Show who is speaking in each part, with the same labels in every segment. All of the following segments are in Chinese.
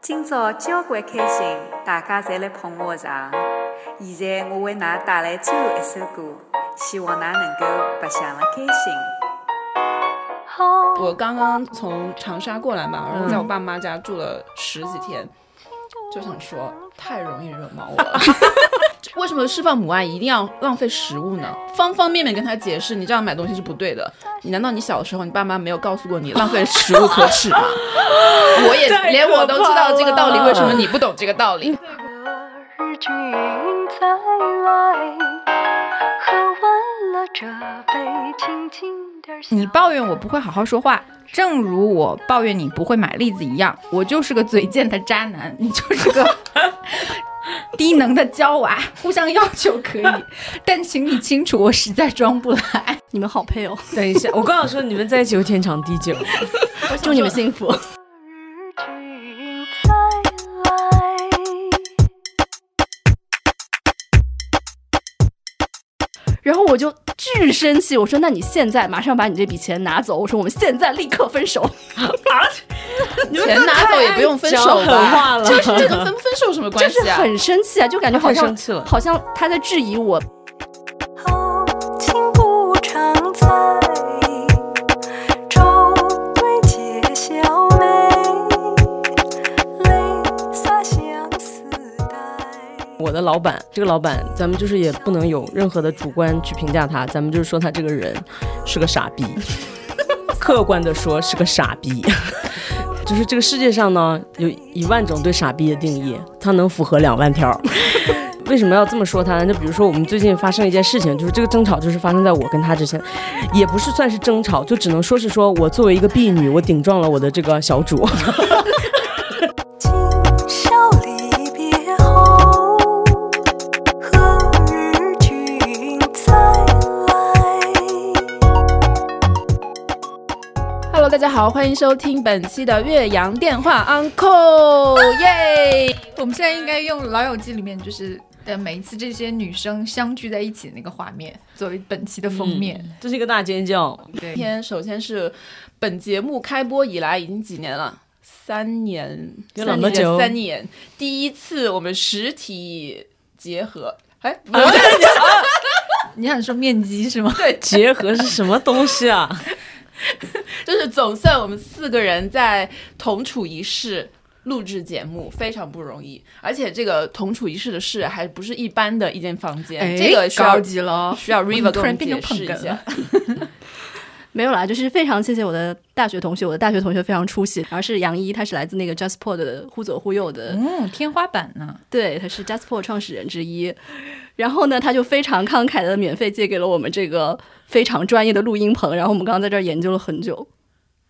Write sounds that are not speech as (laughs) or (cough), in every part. Speaker 1: 今朝交关开心，大家侪来捧我场。现在我为㑚带来最后一首歌，希望㑚能够白相了开心。
Speaker 2: 我刚刚从长沙过来嘛，然后在我爸妈家住了十几天，就想说太容易惹毛我了。 (laughs) 为什么释放母爱一定要浪费食物呢？方方面面跟他解释，你这样买东西是不对的。你难道你小时候你爸妈没有告诉过你浪费食物可耻吗？ (laughs) 我也连我都知道这个道理，为什么你不懂这个道理？
Speaker 3: 日君再来，喝完了这杯，轻轻点儿
Speaker 4: 你抱怨我不会好好说话，正如我抱怨你不会买栗子一样，我就是个嘴贱的渣男，你就是 (laughs) 个低能的娇娃，互相要求可以，但请你清楚，我实在装不来。
Speaker 5: 你们好 (laughs) 配哦，
Speaker 6: 等一下，我刚想说你们在一起有天长地久，
Speaker 5: 祝你们幸福。
Speaker 3: 日君再来。
Speaker 5: 然后我就巨生气，我说：“那你现在马上把你这笔钱拿走！”我说：“我们现在立刻分手。
Speaker 2: 钱拿走也不用分手
Speaker 6: 讲狠
Speaker 2: 吧？
Speaker 6: 话了，
Speaker 2: 就是这跟分分手有什么”
Speaker 5: 就
Speaker 2: 关
Speaker 5: 是
Speaker 2: 系啊？
Speaker 5: 很生气啊，就感觉好
Speaker 6: 太
Speaker 5: 像
Speaker 6: 生气了。
Speaker 5: 好像他在质疑我。
Speaker 3: 好景不常在，愁堆解笑眉，泪洒相思带。
Speaker 6: 我的老板，这个老板，咱们就是也不能有任何的主观去评价他，咱们就是说他这个人是个傻逼， (laughs) 客观的说是个傻逼。 (laughs) 就是这个世界上呢，有一万种对傻逼的定义，他能符合两万条。 (laughs) 为什么要这么说他呢？就比如说我们最近发生一件事情，就是这个争吵就是发生在我跟他之间，也不是算是争吵，就只能说是说我作为一个婢女，我顶撞了我的这个小主。 (laughs)
Speaker 3: 今宵离别后，何日君再来？
Speaker 2: Hello，大家好，欢迎收听本期的岳阳电话 (laughs) Uncle，耶！
Speaker 4: 我们现在应该用《老友记》里面就是呃每一次这些女生相聚在一起的那个画面作为本期的封面。
Speaker 6: 这是一个大尖叫，
Speaker 4: 对
Speaker 2: 今天首先是本节目开播以来已经几年了。三年，
Speaker 6: 有
Speaker 2: 三
Speaker 6: 那么
Speaker 2: 年
Speaker 6: 久
Speaker 2: 三年，第一次我们实体结合，哎，不是， (laughs)
Speaker 4: 你想说面基是吗？
Speaker 2: 对，
Speaker 6: 结合是什么东西啊？
Speaker 2: 就是总算我们四个人在同处一室录制节目，非常不容易。而且这个同处一室的室还不是一般的一间房间，
Speaker 4: 哎
Speaker 2: 这个需要
Speaker 4: 高级了哦，
Speaker 2: 需要
Speaker 4: 突
Speaker 2: River 跟我
Speaker 4: 然
Speaker 2: 们
Speaker 4: 变
Speaker 2: 解
Speaker 4: 成捧
Speaker 2: 释一
Speaker 4: 哏
Speaker 2: 下
Speaker 4: 了。。
Speaker 5: 没有啦，就是非常谢谢我的大学同学，我的大学同学非常出息，而是杨一，他是来自那个 JustPod 的忽左忽右的，
Speaker 4: 嗯，天花板呢？
Speaker 5: 对，他是 JustPod 创始人之一。然后呢，他就非常慷慨的免费借给了我们这个非常专业的录音棚，然后我们刚刚在这儿研究了很久。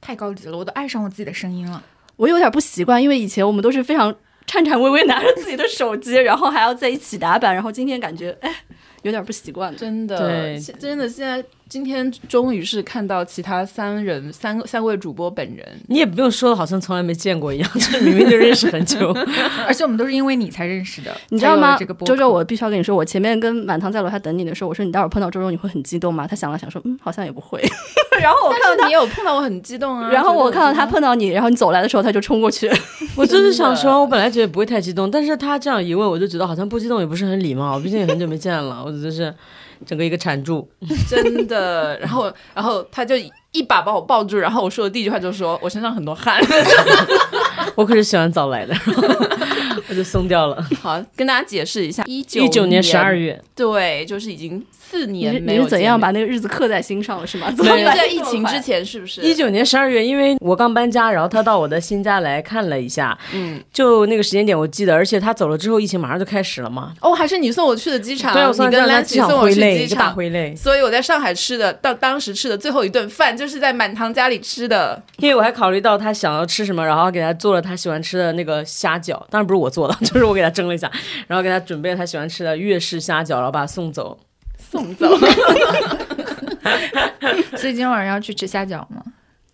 Speaker 4: 太高级了，我都爱上我自己的声音了。
Speaker 5: 我有点不习惯，因为以前我们都是非常颤颤巍巍拿着自己的手机，然后还要在一起打板，然后今天感觉哎有点不习惯。
Speaker 2: (laughs) 真的，
Speaker 6: 对
Speaker 2: 现真的，现在今天终于是看到其他三人三三位主播本人，
Speaker 6: 你也不用说的好像从来没见过一样，这明明就认识
Speaker 2: (laughs)
Speaker 6: 很久。
Speaker 4: 而且我们都是因为 (laughs) 你才认识的，
Speaker 5: 你知道
Speaker 4: 才有
Speaker 5: 吗
Speaker 4: 了这个？播客
Speaker 5: 周周，我必须要跟你说，我前面跟满堂在楼下等你的时候，我说你待会儿碰到周周你会很激动吗？他想了想说，嗯，好像也不 (laughs) 会。然后我看
Speaker 2: 但
Speaker 5: 到
Speaker 2: 是你也有碰到我很激动啊。
Speaker 5: 他，然后
Speaker 2: 觉得
Speaker 5: 我看到他
Speaker 2: 怎么 (laughs)
Speaker 5: 碰到你，然后你走来的时候，他就冲过去。
Speaker 6: 我就是想说，我本来觉得不会太激动，但是他这样一问，我就觉得好像不激动也不是很礼貌，毕竟也很久没见
Speaker 2: (laughs)
Speaker 6: 了，我就是整个一个缠住。
Speaker 2: 真的，然后然后他就一把把我抱住，然后我说的第一句话就说我身上很多汗。
Speaker 6: 我可是洗完澡来的， (laughs) 然后我就松掉了。
Speaker 2: (laughs) 好，跟大家解释一下， (laughs) 一九
Speaker 6: 一九年十二
Speaker 2: 月，
Speaker 6: 月，
Speaker 2: 对，就是已经四
Speaker 5: 你是
Speaker 2: 年没
Speaker 5: 你
Speaker 2: 有
Speaker 5: 是怎样
Speaker 2: 见
Speaker 5: 把
Speaker 2: 面？
Speaker 5: 那个日子刻在心上了是吗？怎
Speaker 2: 因
Speaker 5: 么
Speaker 2: 为
Speaker 5: 办
Speaker 2: 在疫情之，前是不是？
Speaker 6: 一九年十二月，因为我刚搬家，然后他到我的新家来看了一下，
Speaker 2: 嗯，
Speaker 6: 就那个时间点我记得，而且他走了之后，疫情马上就开始了嘛。
Speaker 2: 哦，还是你送我去的机场，
Speaker 6: 对，我
Speaker 2: 啊你
Speaker 6: 算
Speaker 2: 跟
Speaker 6: 在
Speaker 2: Lancy
Speaker 6: 机场
Speaker 2: 送我
Speaker 6: 挥
Speaker 2: 去
Speaker 6: 泪，
Speaker 2: 机
Speaker 6: 一个大
Speaker 2: 场。
Speaker 6: 挥泪，
Speaker 2: 所以我在上海吃的，到当时吃的最后一顿饭就是在满堂家里吃的，
Speaker 6: 因为我还考虑到他想要吃什么，然后给他做了他喜欢吃的那个虾饺，当然不是我做的， (laughs) 就是我给他蒸了一下，然后给他准备了他喜欢吃的粤式虾饺，然后把他送走。
Speaker 2: 送走。
Speaker 4: 所以今天晚上要去吃虾饺吗？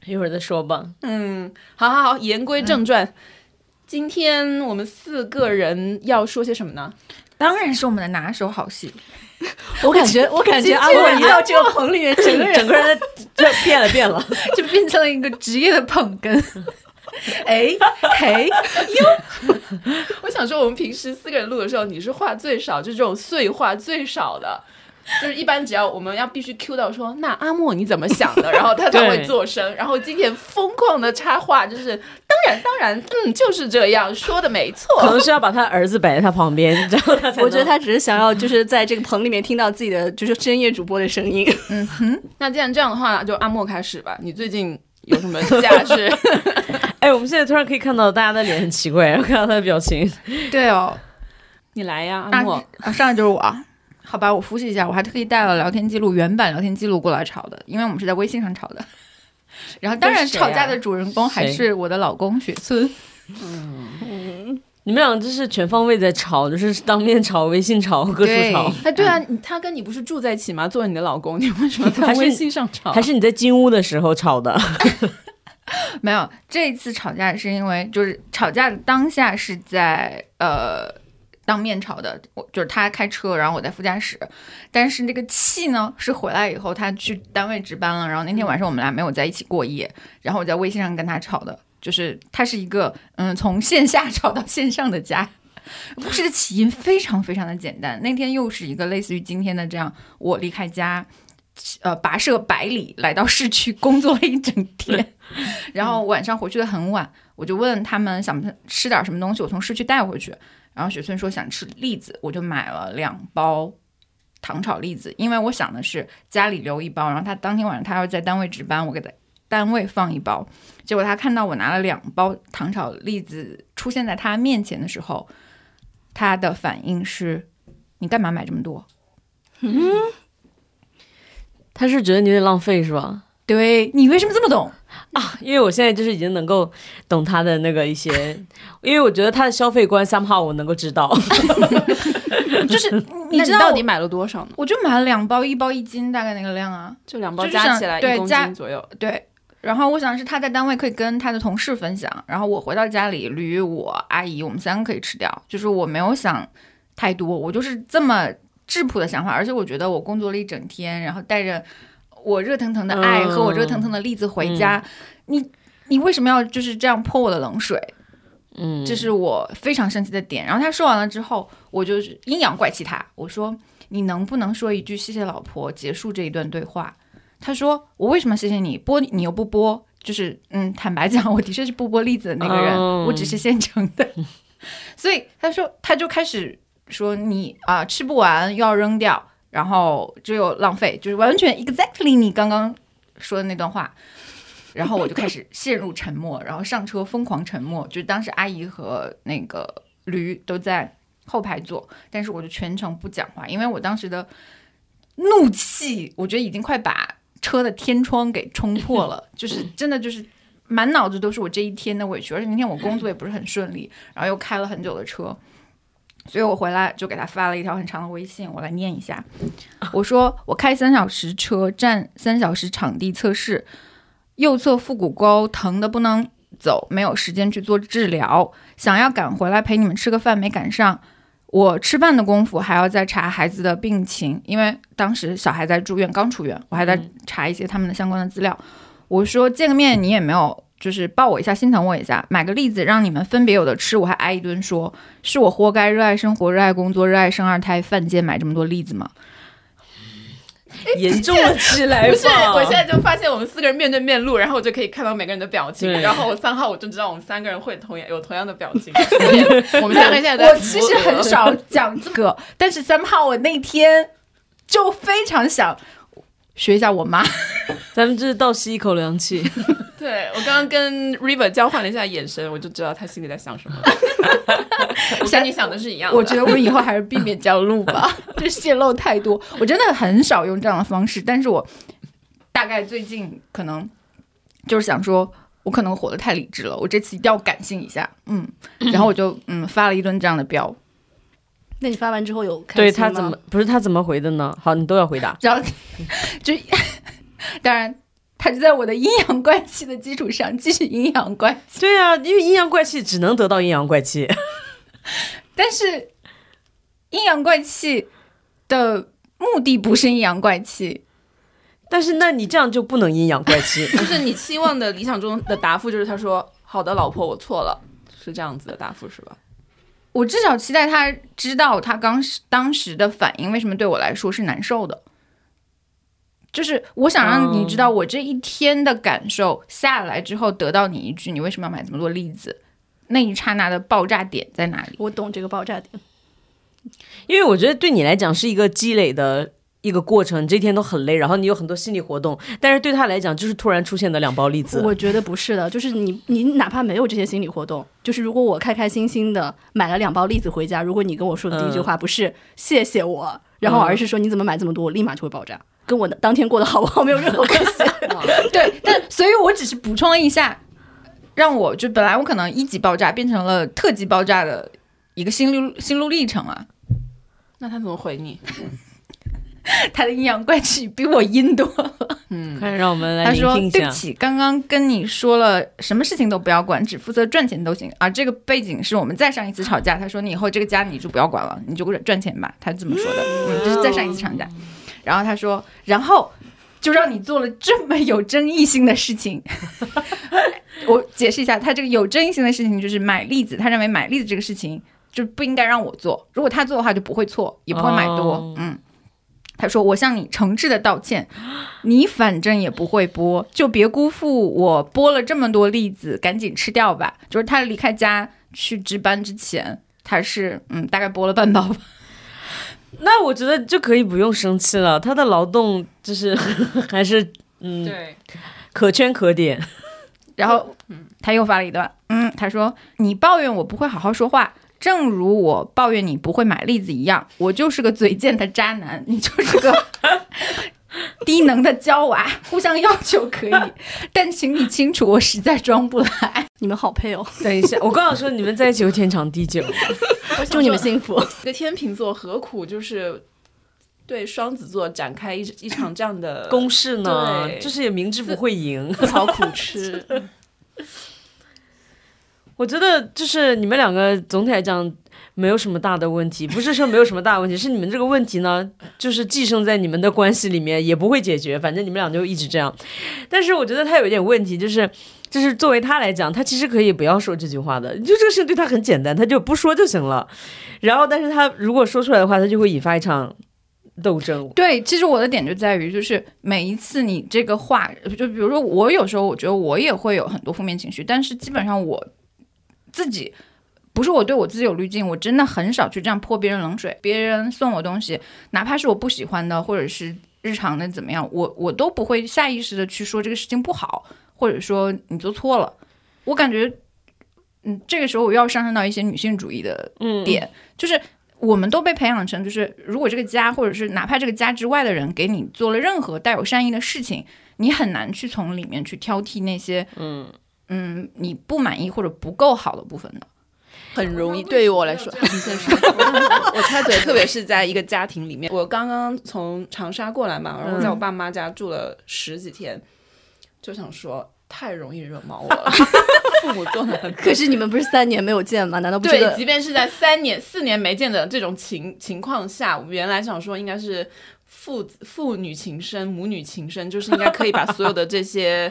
Speaker 6: 一会儿再说吧。
Speaker 2: 嗯，好好好，言归正传，今天我们四个人要说些什么呢？
Speaker 4: 当然是我们的拿手好戏，
Speaker 5: 我感觉我感觉阿文一到这个棚里
Speaker 6: (laughs)
Speaker 5: 面，整个人
Speaker 6: 整个人的这变了变了，
Speaker 4: 就变成了一个职业的捧哏。哎嘿，
Speaker 2: 我想说，我们平时四个人录的时候，你是话最少，就这种碎话最少的。就是一般只要我们要必须 Q 到说，那阿莫你怎么想 (laughs) 的，然后他才会
Speaker 6: 对
Speaker 2: 做声。然后今天疯狂的插话，就是当然当然，嗯，就是这样，说的没错。
Speaker 6: 可能是要把他儿子摆在他旁边，然后 (laughs) 他才能
Speaker 5: 我觉得他只是想要就是在这个棚里面听到自己的就是深夜主播的声音。
Speaker 2: 那既然这样的话，就阿莫开始吧。你最近有什么家事？
Speaker 6: 哎，我们现在突然可以看到大家的脸很奇怪，然后看到他的表情，
Speaker 4: 对哦，
Speaker 2: (laughs)
Speaker 4: (laughs)
Speaker 2: 你来呀，阿
Speaker 4: 啊
Speaker 2: 莫。
Speaker 4: 啊，上来就是我啊。好吧，我复习一下，我还特意带了聊天记录原版聊天记录过来吵的，因为我们是在微信上吵的。然后，当然
Speaker 6: 跟谁啊
Speaker 4: 吵架的主人公还
Speaker 6: 谁
Speaker 4: 是我的老公雪村。
Speaker 6: 你们俩这是全方位在吵，就是当面吵、微信吵、各处
Speaker 4: 对
Speaker 6: 吵。
Speaker 2: 哎，对
Speaker 4: 嗯
Speaker 2: 啊，你他跟你不是住在一起吗？作为你的老公， (laughs) 你为什么在
Speaker 6: 还是
Speaker 2: 微信上吵？
Speaker 6: 还是你在金屋的时候吵的？
Speaker 4: 没有，这一次吵架是因为就是吵架的当下是在呃当面吵的，我就是他开车，然后我在副驾驶，但是那个气呢是回来以后他去单位值班了，然后那天晚上我们俩没有在一起过夜，然后我在微信上跟他吵的，就是他是一个嗯从线下 (laughs) 吵到线上的家。故事的起因非常非常的简单，那天又是一个类似于今天的这样，我离开家，呃，跋涉百里来到市区工作了一整天，然
Speaker 2: 嗯
Speaker 4: 后晚上回去的很晚，我就问他们想不想吃点什么东西，我从市区带回去。然后雪村说想吃栗子，我就买了两包糖炒栗子，因为我想的是家里留一包，然后他当天晚上他要在单位值班，我给他单位放一包。结果他看到我拿了两包糖炒栗子出现在他面前的时候，他的反应是：“你干嘛买这么多？”
Speaker 6: 他是觉得你有点浪费是吧？
Speaker 4: 对你为什么这么懂？
Speaker 6: 因为我现在就是已经能够懂他的那个一些， (laughs) 因为我觉得他的消费观 somehow 我能够知道。
Speaker 4: 就是
Speaker 2: (laughs) 那
Speaker 4: 知
Speaker 2: 你
Speaker 4: 道
Speaker 2: 到
Speaker 4: 我
Speaker 2: 底买了多少呢？
Speaker 4: 我就买了两包，一包一斤，大概那个量啊。
Speaker 2: 就两包
Speaker 4: 就是
Speaker 2: 加
Speaker 4: 想
Speaker 2: 起来
Speaker 4: 对
Speaker 2: 一公
Speaker 4: 加
Speaker 2: 斤左右。
Speaker 4: 对，然后我想是他在单位可以跟他的同事分享，然后我回到家里，驴、我阿姨，我们三个可以吃掉。就是我没有想太多，我就是这么质朴的想法。而且我觉得我工作了一整天，然后带着我热腾腾的爱和我热腾腾的栗子回家，你你为什么要就是这样泼我的冷水？
Speaker 6: (laughs) 嗯，
Speaker 4: 这是我非常生气的点。然后他说完了之后，我就是阴阳怪气他，我说你能不能说一句谢谢老婆，结束这一段对话？他说我为什么谢谢你？剥你又不剥，就是嗯，坦白讲，我的确是不剥栗子的那个人，
Speaker 6: 哦
Speaker 4: 我只是现成的。 (laughs) 所以他说他就开始说你啊、吃不完又要扔掉，然后只有浪费，就是完全 exactly 你刚刚说的那段话。然后我就开始陷入沉默，然后上车疯狂沉默，就是当时阿姨和那个驴都在后排坐，但是我就全程不讲话，因为我当时的怒气，我觉得已经快把车的天窗给冲破了，就是真的就是满脑子都是我这一天的委屈，而且那天我工作也不是很顺利，然后又开了很久的车，所以我回来就给他发了一条很长的微信，我来念一下，我说我开三小时车，站三小时场地测试，右侧腹股沟疼的不能走，没有时间去做治疗，想要赶回来陪你们吃个饭，没赶上。我吃饭的功夫还要再查孩子的病情，因为当时小孩在住院，刚出院，我还在查一些他们的相关的资料。我说见个面你也没有，就是抱我一下，心疼我一下，买个栗子让你们分别有的吃，我还挨一顿说，是我活该热爱生活、热爱工作、热爱生二胎，犯贱买这么多栗子吗？
Speaker 6: 严重了起来吧？
Speaker 2: 不是，我现在就发现我们四个人面对面录，然后我就可以看到每个人的表 (laughs) 情，
Speaker 6: 对
Speaker 2: 然后我三号我就知道我们三个人会同样有同样的表 (laughs) 情。我们三个人现在在
Speaker 4: 我其实很少讲这个，但是 somehow 我那天就非常想学一下我妈。
Speaker 6: 咱们就是倒吸一口凉气。
Speaker 2: 对我刚刚跟 River 交换了一下眼神，我就知道他心里在想 (laughs) 什么了。我跟你想的是一样的。
Speaker 4: 我觉得我们以后还是避免这样录
Speaker 2: (laughs)。
Speaker 4: 吧，这泄露太多。我真的很少用这样的方式，但是我大概最近可能就是想说，我可能活得太理智了，我这次一定要感性一下，嗯，然后我就嗯发了一顿这样的标，
Speaker 5: (laughs) 那你发完之后有开
Speaker 6: (laughs) 对
Speaker 5: 心
Speaker 6: 他怎
Speaker 5: 吗
Speaker 6: 么不是他怎么回的呢？好，你都要回 (laughs) 答。
Speaker 4: 然后就当然。他就在我的阴阳怪气的基础上继续阴阳怪气，
Speaker 6: 对啊，因为阴阳怪气只能得到阴阳怪气。
Speaker 4: 但是阴阳怪气的目的不是阴阳怪气，
Speaker 6: 但是那你这样就不能阴阳怪气
Speaker 2: 就是你期望的理想中的答复，就是他说好的，老婆，我错了，是这样子的答复是吧？
Speaker 4: 我至少期待他知道他刚时当时的反应为什么对我来说是难受的，就是我想让你知道我这一天的感受下来之后，得到你一句“你为什么要买这么多栗子”，那一刹那的爆炸点在哪 (laughs) 里？
Speaker 5: 我懂这个爆炸点，
Speaker 6: 因为我觉得对你来讲是一个积累的一个过程，你这一天都很累，然后你有很多心理活动，但是对他来讲就是突然出现的两包栗子。
Speaker 5: 我觉得不是的，就是你你哪怕没有这些心理活动，就是如果我开开心心的买了两包栗子回家，如果你跟我说的第一句话不是谢谢我，然后而是说你怎么买这么多，我立马就会爆炸，跟我的当天过得好不好没有任何关系。
Speaker 4: 对，但所以我只是补充了一下，让我就本来我可能一级爆炸变成了特级爆炸的一个心路心路历程啊。
Speaker 2: 那他怎么回你？
Speaker 4: (laughs) 他的阴阳怪气比我阴多了。
Speaker 2: 嗯
Speaker 6: 快让我们来
Speaker 4: 他
Speaker 6: 聆
Speaker 4: 说
Speaker 6: 听：“一
Speaker 4: 对
Speaker 6: 下
Speaker 4: 不。起，刚刚跟你说了，什么事情都不要管，只负责赚钱都行啊。这个背景是我们再上一次吵架，他说你以后这个家你就不要管了，你就赚钱吧，他是这么说的。嗯，这是再上一次吵架。然后他说，然后就让你做了这么有争议性的事情。我解释一下，他这个有争议性的事情就是买栗子，他认为买栗子这个事情就不应该让我做，如果他做的话就不会错，也不会买多。
Speaker 6: 哦
Speaker 4: 嗯，他说我向你诚挚的道歉，你反正也不会剥，就别辜负我剥了这么多栗子，赶紧吃掉吧。就是他离开家去值班之前，他是嗯大概剥了半包吧。
Speaker 6: 那我觉得就可以不用生气了，他的劳动就是 (laughs) 还是嗯
Speaker 2: 对，
Speaker 6: 可圈可点。
Speaker 4: 然后他又发了一段，嗯，他说你抱怨我不会好好说话。正如我抱怨你不会买栗子一样，我就是个嘴贱的渣男，你就是个低能的娇娃，互相要求可以，但请你清楚，我实在装不来。
Speaker 5: 你们好配哦，
Speaker 6: 等一下，我刚想说你们在一起会天长地久，
Speaker 5: 祝你们幸福。
Speaker 2: 一个天秤座何苦就是对双子座展开一一场这样的
Speaker 6: 公式呢
Speaker 2: 对
Speaker 6: 就是也明知不会赢。
Speaker 2: 自讨苦吃？
Speaker 6: 我觉得就是你们两个总体来讲没有什么大的问题，不是说没有什么大问题，是你们这个问题呢，就是寄生在你们的关系里面，也不会解决，反正你们俩就一直这样。但是我觉得他有一点问题，就是。就是作为他来讲，他其实可以不要说这句话的，就这个事情对他很简单，他就不说就行了。然后，但是他如果说出来的话，他就会引发一场斗争。
Speaker 4: 对，其实我的点就在于，就是每一次你这个话，就比如说我有时候我觉得我也会有很多负面情绪，但是基本上我自己不是我对我自己有滤镜，我真的很少去这样泼别人冷水。别人送我东西，哪怕是我不喜欢的，或者是日常的怎么样，我我都不会下意识的去说这个事情不好，或者说你做错了。我感觉，嗯，这个时候我又要上升到一些女性主义的
Speaker 6: 嗯，
Speaker 4: 点，就是我们都被培养成，就是如果这个家或者是哪怕这个家之外的人给你做了任何带有善意的事情，你很难去从里面去挑剔那些嗯嗯你不满意或者不够好的部分的。
Speaker 2: 很容易，对于我来说， (laughs)
Speaker 4: (laughs)
Speaker 2: 我插嘴，特别是在一个家庭里面，我刚刚从长沙过来嘛，然后在我爸妈家住了十几天，就想说太容易惹毛我了，父母做的很
Speaker 5: (laughs) 可是你们不是三年没有见吗？难道不觉
Speaker 2: 对，
Speaker 5: 得
Speaker 2: 即便是在三年、四年没见的这种情情况下，我原来想说应该是父子父女情深、母女情深，就是应该可以把所有的这些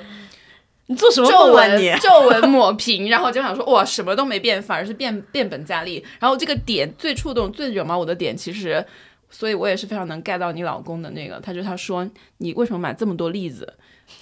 Speaker 6: 你做什么
Speaker 2: 皱
Speaker 6: 梦啊 (laughs)
Speaker 2: 纹
Speaker 6: 你？
Speaker 2: 皱纹抹平，然后就想说哇，什么都没变，反而是变变本加厉。然后这个点最触动、最惹毛我的点，其实。所以我也是非常能 get 到你老公的那个，他就他说你为什么买这么多栗子？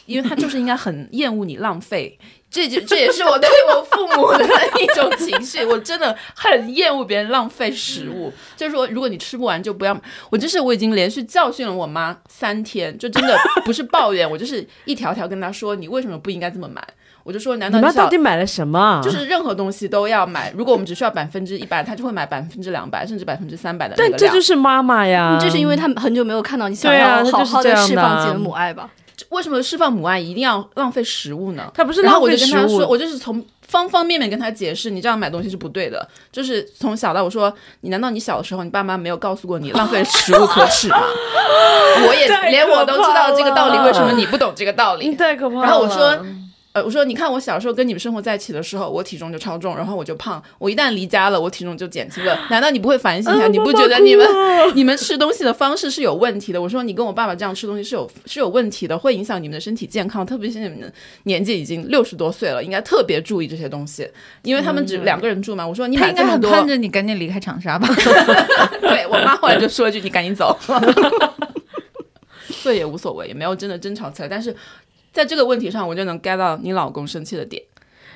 Speaker 2: 因为他就是应该很厌恶你浪费，这就这也是我对我父母的一种情绪，我真的很厌恶别人浪费食
Speaker 6: 嗯
Speaker 2: 物。就是说，如果你吃不完就不要。我就是我已经连续教训了我妈三天，就真的不是抱怨，我就是一条条跟她说你为什么不应该这么买。我就说，难道
Speaker 6: 你
Speaker 2: 你
Speaker 6: 妈
Speaker 2: 小
Speaker 6: 到底买了什么啊？
Speaker 2: 就是任何东西都要买？如果我们只需要百分之一百，她就会买百分之两百，甚至百分之三百的那
Speaker 6: 但
Speaker 2: 个
Speaker 6: 这
Speaker 2: 量。
Speaker 6: 就是妈妈
Speaker 2: 嗯
Speaker 6: 呀，
Speaker 5: 嗯这是因为他们很久没有看到你想
Speaker 6: 对
Speaker 5: 要
Speaker 6: 啊他
Speaker 5: 好
Speaker 6: 就是
Speaker 5: 好
Speaker 6: 这
Speaker 5: 的
Speaker 6: 样的
Speaker 5: 释放自己的母爱吧？
Speaker 2: 为什么释放母爱一定要浪费食物呢？
Speaker 6: 她不是
Speaker 2: 然后
Speaker 6: 浪
Speaker 2: 我
Speaker 6: 费
Speaker 2: 就跟
Speaker 6: 食
Speaker 2: 他
Speaker 6: 物
Speaker 2: 说，我就是从方方面面跟他解释，你这样买东西是不对的。就是从小到我说，你难道你小时候你爸妈没有告诉过你浪费食物可耻吗？ (laughs) 我也
Speaker 6: 太可怕
Speaker 2: 连我都知道这个道理，
Speaker 6: 了
Speaker 2: 为什么你不懂这个道
Speaker 6: 你
Speaker 2: 理？
Speaker 6: (laughs) 太可怕了。
Speaker 2: 然后我说，呃，我说你看我小时候跟你们生活在一起的时候，我体重就超重，然后我就胖，我一旦离家了，我体重就减轻了。难道你不会反省一下？你不觉得你们你们吃东西的方式是有问题的？我说你跟我爸爸这样吃东西是有是有问题的，会影响你们的身体健康，特别是你们的年纪已经六十多岁了，应该特别注意这些东西，因为他们只两个人住嘛。我说你
Speaker 4: 他
Speaker 2: 买
Speaker 4: 应
Speaker 2: 嗯这
Speaker 4: 该
Speaker 2: 么
Speaker 4: 很
Speaker 2: 多， (laughs)
Speaker 4: 盼着你赶紧离开长沙吧。
Speaker 2: 对我妈后来就说了句：“你赶紧走。” (laughs) 所以也无所谓，也没有真的争吵起来。但是在这个问题上，我就能 get 到你老公生气的点。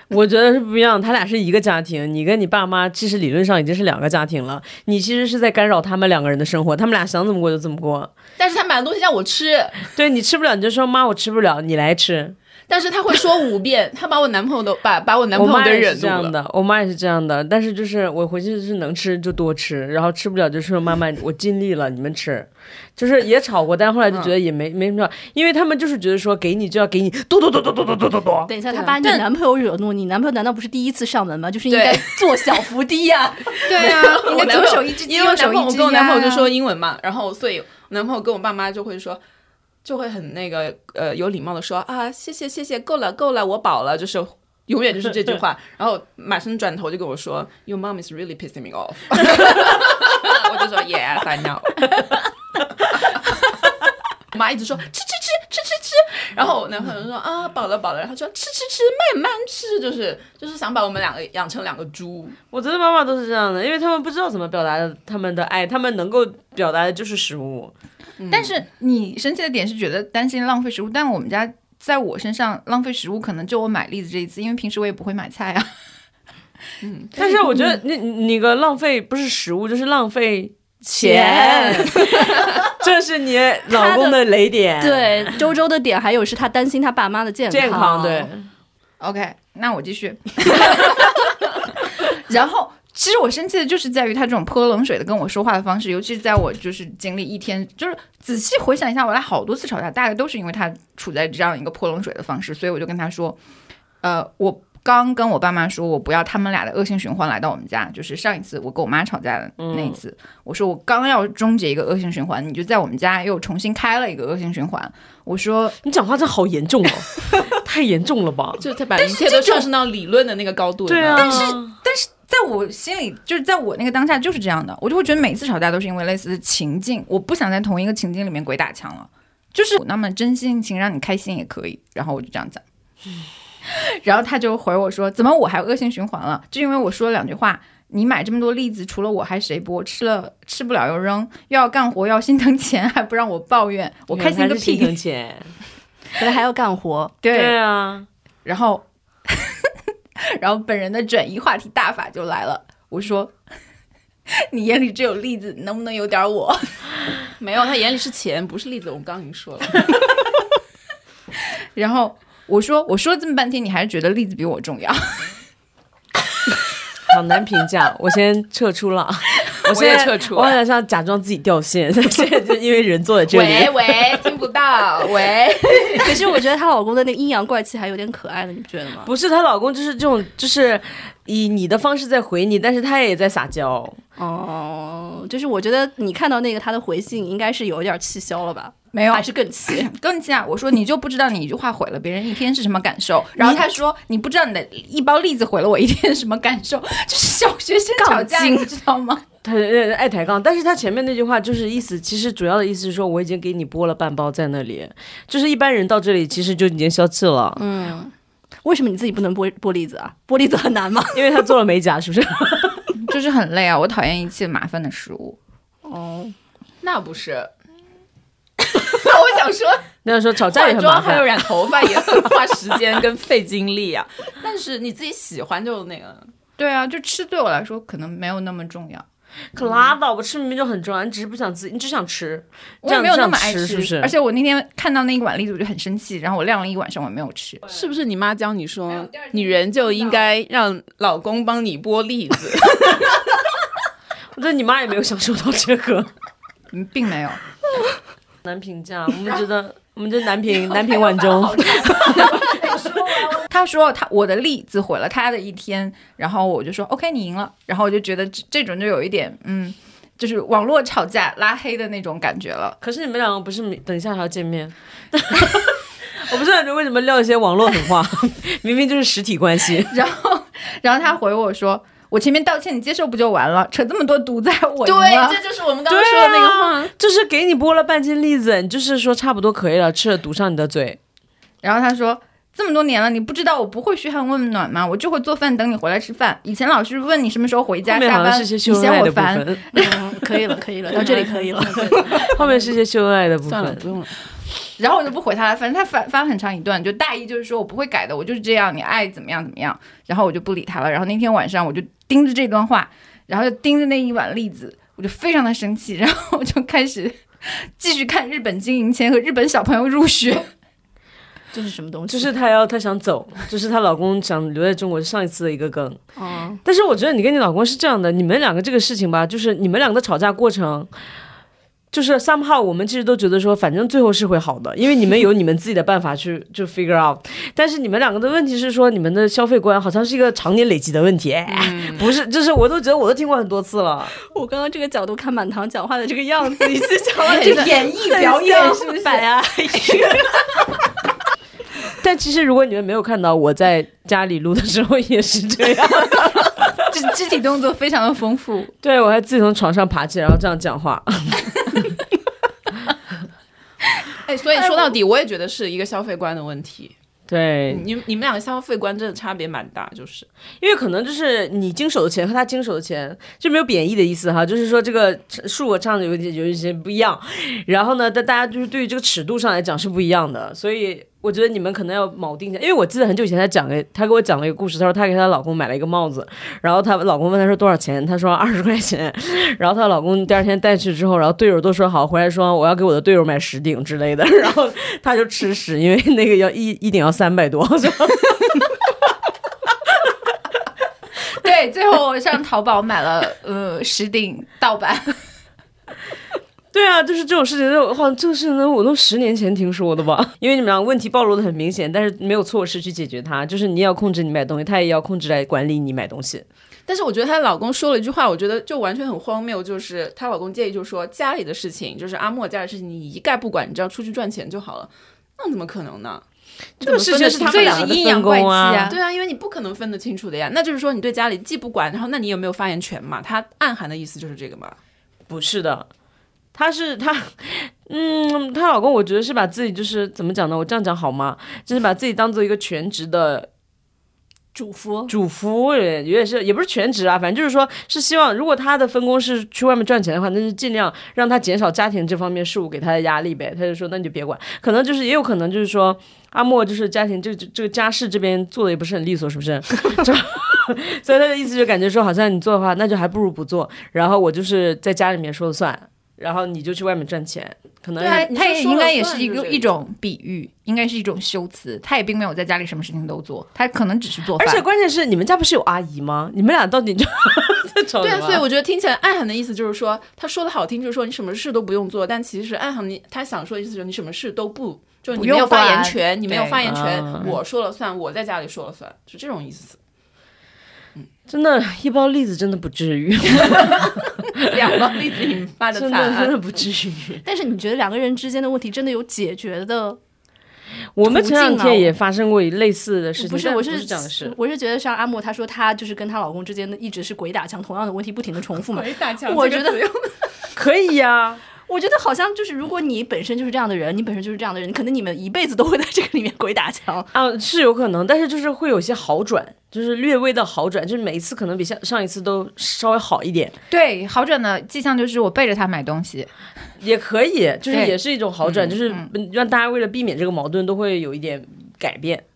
Speaker 6: 我觉得是不一样，他俩是一个家庭，你跟你爸妈其实理论上已经是两个家庭了，你其实是在干扰他们两个人的生活，他们俩想怎么过就怎么过。
Speaker 2: 但是他买的东西让我吃，
Speaker 6: 对你吃不了你就说妈我吃不了，你来吃。
Speaker 2: 但是他会说五遍，他把我男朋友都把把我男
Speaker 6: 我
Speaker 2: 朋友
Speaker 6: 妈
Speaker 2: 给
Speaker 6: 也
Speaker 2: 惹
Speaker 6: 是
Speaker 2: 怒
Speaker 6: 这样
Speaker 2: 了。
Speaker 6: 的，我妈也是这样的，但是就是我回去就是能吃就多吃，然后吃不了就说妈妈我尽力了，你们吃。就是也吵过，但后来就
Speaker 2: 嗯
Speaker 6: 觉得也没、没什么，因为他们就是觉得说给你就要给你多多多多多多多多多。
Speaker 5: 等一下，他把你男朋友惹怒，你男朋友难道不是第一次上门吗？就是应该
Speaker 2: 对
Speaker 5: 做小伏低呀、
Speaker 4: 对 (laughs) 呀、啊，应
Speaker 2: 我
Speaker 4: 该
Speaker 2: 男
Speaker 4: 左
Speaker 2: 朋
Speaker 4: 手
Speaker 2: 友
Speaker 4: 一只鸡，
Speaker 2: 因为我
Speaker 4: 右手
Speaker 2: 男
Speaker 4: 一
Speaker 2: 朋友我
Speaker 4: 只
Speaker 2: 跟我男朋友就
Speaker 4: 鸭
Speaker 2: 说英文嘛，然后所以男朋友跟我爸妈就会说。就会很那个呃有礼貌的说啊谢谢谢谢够了够了我饱了就是 (laughs) 永远就是这句 (laughs) 话，然后马上转头就跟我说 Your mom is really pissing me off，我就说 Yes I know。我妈一直说吃吃吃吃吃吃，然后我男朋友就说啊饱了饱了，然后说吃吃吃慢慢吃，就是就是想把我们两个养成两个猪。
Speaker 6: 我觉得妈妈都是这样的，因为他们不知道怎么表达他们的爱，他们能够表达的就是食物。
Speaker 2: 嗯
Speaker 4: 但是你生气的点是觉得担心浪费食物，但我们家在我身上浪费食物，可能就我买栗子这一次，因为平时我也不会买菜啊。
Speaker 6: 但是我觉得那那个浪费不是食物，就是浪费钱， (laughs) 这是你老公的雷点。，
Speaker 5: 对，周周的点还有是他担心他爸妈的健
Speaker 6: 健康对。
Speaker 4: OK，那我继续。然后，其实我生气的就是在于他这种泼冷水的跟我说话的方式，尤其是在我就是经历一天，就是仔细回想一下，我俩好多次吵架，大概都是因为他处在这样一个泼冷水的方式，所以我就跟他说，呃，我。刚跟我爸妈说，我不要他们俩的恶性循环来到我们家。就是上一次我跟我妈吵架的那一次，我说我刚要终结一个恶性循环，你就在我们家又重新开了一个恶性循环。我说
Speaker 6: 你讲话真好严重哦， (laughs) 太严重了吧？
Speaker 2: 就他把一切都上升到理论的那个高度。
Speaker 6: 对啊，
Speaker 2: 有没有
Speaker 6: 是
Speaker 4: 在我心里，就是在我那个当下就是这样的，我就会觉得每次吵架都是因为类似的情境，我不想在同一个情境里面鬼打墙了。就是那么真性情让你开心也可以，然后我就这样讲，
Speaker 6: 嗯
Speaker 4: (laughs) 然后他就回我说：“怎么我还恶性循环了？就因为我说了两句话，你买这么多栗子，除了我还谁剥？吃了吃不了又扔，又要干活，又要心疼钱，还不让我抱怨，我开心个
Speaker 6: 还是心疼
Speaker 4: (laughs) 屁！
Speaker 6: 钱。
Speaker 5: 本来还要干活，
Speaker 6: 对啊，
Speaker 4: 然后， (laughs) 然后本人的转移话题大法就来了。我说：“ (laughs) 你眼里只有栗子，能不能有点我
Speaker 2: 没有，他眼里是钱，不是栗子。我们刚刚已经 (laughs) 说了，？”
Speaker 4: 然后我说：“我说了这么半天，你还是觉得栗子比我重要？ (laughs)
Speaker 6: 好难评价。我先撤出 (laughs) 了，我
Speaker 2: 我也
Speaker 6: 现在
Speaker 2: 撤出
Speaker 6: 我好想假装自己掉线， (laughs) 现在就因为人坐在这里
Speaker 4: 喂。喂，听不到
Speaker 2: (laughs)
Speaker 4: 喂。
Speaker 5: (laughs) 可是我觉得她老公的那阴阳怪气还有点可爱呢，你不觉得吗？
Speaker 6: 不是她老公就是这种，就是以你的方式在回你，但是他也在撒娇。
Speaker 5: 哦，就是我觉得你看到那个他的回信，应该是有一点气消了吧？
Speaker 4: 没有
Speaker 5: 还是更气。
Speaker 4: 更气啊！我说你就不知道你一句话毁了别人一天是什么感受，然后他说你不知道你的一包栗子毁了我一天是什么感受，就是小学生吵架，你知道吗？
Speaker 6: 他呃爱抬杠，但是他前面那句话就是意思，其实主要的意思是说我已经给你剥了半包在那里，就是一般人到这里其实就已经消气了，
Speaker 5: 为什么你自己不能剥剥栗子啊？剥栗子很难吗？
Speaker 6: 因为他做了美甲，是 (laughs) 不是？
Speaker 4: (laughs) 就是很累啊，我讨厌一切麻烦的食物。
Speaker 5: 哦，
Speaker 2: 那不 (laughs) 是
Speaker 4: 那我想说，
Speaker 6: 那样说吵架
Speaker 2: 化
Speaker 6: 也很麻
Speaker 2: 妆还有
Speaker 6: 烦，嗯
Speaker 2: 染头发也很花时间跟费精力啊。 (laughs) 但是你自己喜欢就那个，
Speaker 4: 对啊，就吃对我来说可能没有那么重要。
Speaker 6: 可拉倒吧，吃明明就很重要，你只是不想吃，你只想吃，
Speaker 4: 我也没有那么爱
Speaker 6: 这样这样吃是不是
Speaker 4: 而且我那天看到那一碗栗子，我就很生气，然后我晾了一晚上，我没有吃。
Speaker 2: 是不是你妈教你说，女人就应该让老公帮你剥栗子？ (laughs)
Speaker 6: 我觉得你妈也没有享受到这个，
Speaker 4: 嗯，并没有。
Speaker 6: 难评价，我们觉得我们这难 (laughs) 评难评万中，
Speaker 4: 他说他我的栗子毁了他的一天，然后我就说 OK，你赢了。然后我就觉得这这种就有一点嗯，就是网络吵架拉黑的那种感觉了。
Speaker 6: 可是你们两个不是等一下还要见面？ (laughs) 我不是很懂为什么撂一些网络狠话， (laughs) 明明就是实体关系。
Speaker 4: 然后，然后他回我说：“我前面道歉，你接受不就完了？扯这么多毒在我赢
Speaker 2: 对，
Speaker 4: 了
Speaker 2: 这就是我们刚刚说的那个话。
Speaker 6: 啊就是给你剥了半斤栗子，你就是说差不多可以了，吃了堵上你的嘴。
Speaker 4: 然后他说。这么多年了，你不知道我不会嘘寒问暖吗？我就会做饭等你回来吃饭。以前老是问你什么时候回
Speaker 6: 后
Speaker 4: 家
Speaker 6: 面
Speaker 4: 下
Speaker 6: 好像
Speaker 4: 班，
Speaker 6: 是一些
Speaker 4: 你
Speaker 6: 秀恩
Speaker 4: 嫌
Speaker 6: 爱
Speaker 4: 我
Speaker 6: 的部
Speaker 4: 烦。
Speaker 6: 分，
Speaker 5: 嗯，可以了，可以了，到这里可以了。
Speaker 6: 后面是一些秀恩爱的部分。
Speaker 2: 算了，不用了。
Speaker 4: 然后我就不回他了，反正他发发了很长一段，就大意就是说我不会改的，我就是这样，你爱怎么样怎么样。然后我就不理他了。然后那天晚上我就盯着这段话，然后就盯着那一碗栗子，我就非常的生气，然后我就开始继续看日本金银钱和日本小朋友入学。
Speaker 5: (laughs)
Speaker 4: (laughs)
Speaker 5: 这是什么东西？
Speaker 6: 就是她要她想走，就是她老公想留在中国，是上一次的一个梗。
Speaker 5: 哦，
Speaker 6: 但是我觉得你跟你老公是这样的，你们两个这个事情吧，就是你们两个吵架过程，就是 somehow 我们其实都觉得说，反正最后是会好的，因为你们有你们自己的办法去就 figure out。但是你们两个的问题是说，你们的消费观好像是一个常年累积的问题，哎不是？就是我都觉得我都听过很多次了，
Speaker 5: 我刚刚这个角度看满堂讲话的这个样子，已经讲到
Speaker 4: 这演绎表演是不是？
Speaker 2: 啊
Speaker 6: 但其实如果你们没有看到我在家里录的时候也是这样，
Speaker 4: 肢肢体动作非常的丰富。
Speaker 6: 对我还自己从床上爬起来，然后这样讲话。
Speaker 2: 哎，所以说到底，我也觉得是一个消费观的问题。
Speaker 6: 对，
Speaker 2: 你你们两个消费观真的差别蛮大，就是
Speaker 6: 因为可能就是你经手的钱和他经手的钱就没有贬义的意思哈，就是说这个数额上有一些有一些不一样，然后呢，但大家就是对于这个尺度上来讲是不一样的，所以我觉得你们可能要锚定一下。因为我记得很久以前她讲了，她给我讲了一个故事，她说她给她老公买了一个帽子，然后她老公问她说多少钱，她说二十块钱，然后她老公第二天带去之后，然后队友都说好，回来说我要给我的队友买十顶之类的，然后她就吃屎，因为那个要一一顶要三百多，所以
Speaker 4: 对，最后我上淘宝买了呃十顶盗版，
Speaker 6: 对啊，就是这种事情，我好像这个事情呢，我都十年前听说的吧。 (laughs) 因为你们俩问题暴露的很明显，但是没有措施去解决它，就是你也要控制你买东西，他也要控制来管理你买东西。
Speaker 2: 但是我觉得她老公说了一句话，我觉得就完全很荒谬，就是她老公建议就是说家里的事情，就是阿莫家里的事情，你一概不管，你只要出去赚钱就好了。那怎么可能呢？
Speaker 6: 这个事情是他
Speaker 4: 所
Speaker 6: 们
Speaker 4: 以
Speaker 6: 两
Speaker 4: 是
Speaker 6: 个的
Speaker 4: 阴阳
Speaker 6: 分
Speaker 4: 怪气
Speaker 6: 工啊。
Speaker 2: 对啊，因为你不可能分得清楚的呀。那就是说你对家里既不管，然后那你有没有发言权嘛？它暗含的意思就是这个嘛。
Speaker 6: 不是的，她是她， (laughs) 嗯，她老公我觉得是把自己就是怎么讲呢？我这样讲好吗？就是把自己当做一个全职的
Speaker 5: 主夫，
Speaker 6: 主夫也也是也不是全职啊，反正就是说是希望，如果他的分工是去外面赚钱的话，那就尽量让他减少家庭这方面事务给他的压力呗。他就说那你就别管，可能就是也有可能就是说阿莫就是家庭这这这个家事这边做的也不是很利索，是不是？就所以他的意思就感觉说好像你做的话，那就还不如不做，然后我就是在家里面说了算，然后你就去外面赚钱，可
Speaker 4: (laughs)
Speaker 6: 能
Speaker 4: 对，啊
Speaker 2: 你
Speaker 4: 他
Speaker 2: 是
Speaker 4: 也
Speaker 2: 说
Speaker 4: 应
Speaker 2: 了
Speaker 4: 该也
Speaker 2: 算
Speaker 4: 是一
Speaker 2: 就
Speaker 4: 个
Speaker 2: 这
Speaker 4: 一
Speaker 2: 个
Speaker 4: 种比喻，应该是一种修辞。他也并没有在家里什么事情都做，他可能只是做
Speaker 6: 而
Speaker 4: 饭。
Speaker 6: 且关键是你们家不是有阿姨吗？你们俩到底就在吵
Speaker 2: 对
Speaker 6: 什
Speaker 2: 啊，
Speaker 6: 么
Speaker 2: 所以我觉得听起来暗含的意思就是说，他说的好听就是说你什么事都不用做，但其实暗含你他想说的意思就是你什么事都不，就是
Speaker 4: 不
Speaker 2: 你没有
Speaker 4: 用
Speaker 2: 发言
Speaker 4: 管
Speaker 2: 权，你没有
Speaker 4: 对
Speaker 2: 发言权
Speaker 6: 啊，
Speaker 2: 我说了算，我在家里说了算，是这种意思。
Speaker 6: 真的，一包栗子真的不至于。
Speaker 2: 两个 (laughs) 例子引发的
Speaker 6: 真
Speaker 2: 惨啊
Speaker 6: 的真
Speaker 2: 案
Speaker 6: 的，不至
Speaker 5: (laughs)
Speaker 6: 于。
Speaker 5: (laughs) 但是你觉得两个人之间的问题真的有解决的？
Speaker 6: 我们前两
Speaker 5: 途径啊
Speaker 6: 天也发生过一类似的事情，
Speaker 5: 不是，
Speaker 6: 但
Speaker 5: 我
Speaker 6: 是
Speaker 5: 是
Speaker 6: 讲的是，
Speaker 5: 我是觉得像阿莫，她说她就是跟她老公之间的一直是鬼打墙，同样的问题不停
Speaker 2: (laughs)
Speaker 5: 的重复 (laughs) 嘛。
Speaker 2: 大强
Speaker 5: 我
Speaker 2: 这个
Speaker 5: 觉得
Speaker 2: 词用
Speaker 6: 可以呀、
Speaker 5: 我觉得好像就是，如果你本身就是这样的人，你本身就是这样的人，可能你们一辈子都会在这个里面鬼打墙。
Speaker 6: 啊，是有可能，但是就是会有一些好转，就是略微的好转，就是每一次可能比下上一次都稍微好一点，
Speaker 4: 对，好转的迹象就是我背着他买东 (laughs) 西，
Speaker 6: 也可以，就是
Speaker 4: 对
Speaker 6: 也是一种好转，就是嗯让大家为了避免这个矛盾，都会有一点改变。
Speaker 2: (laughs)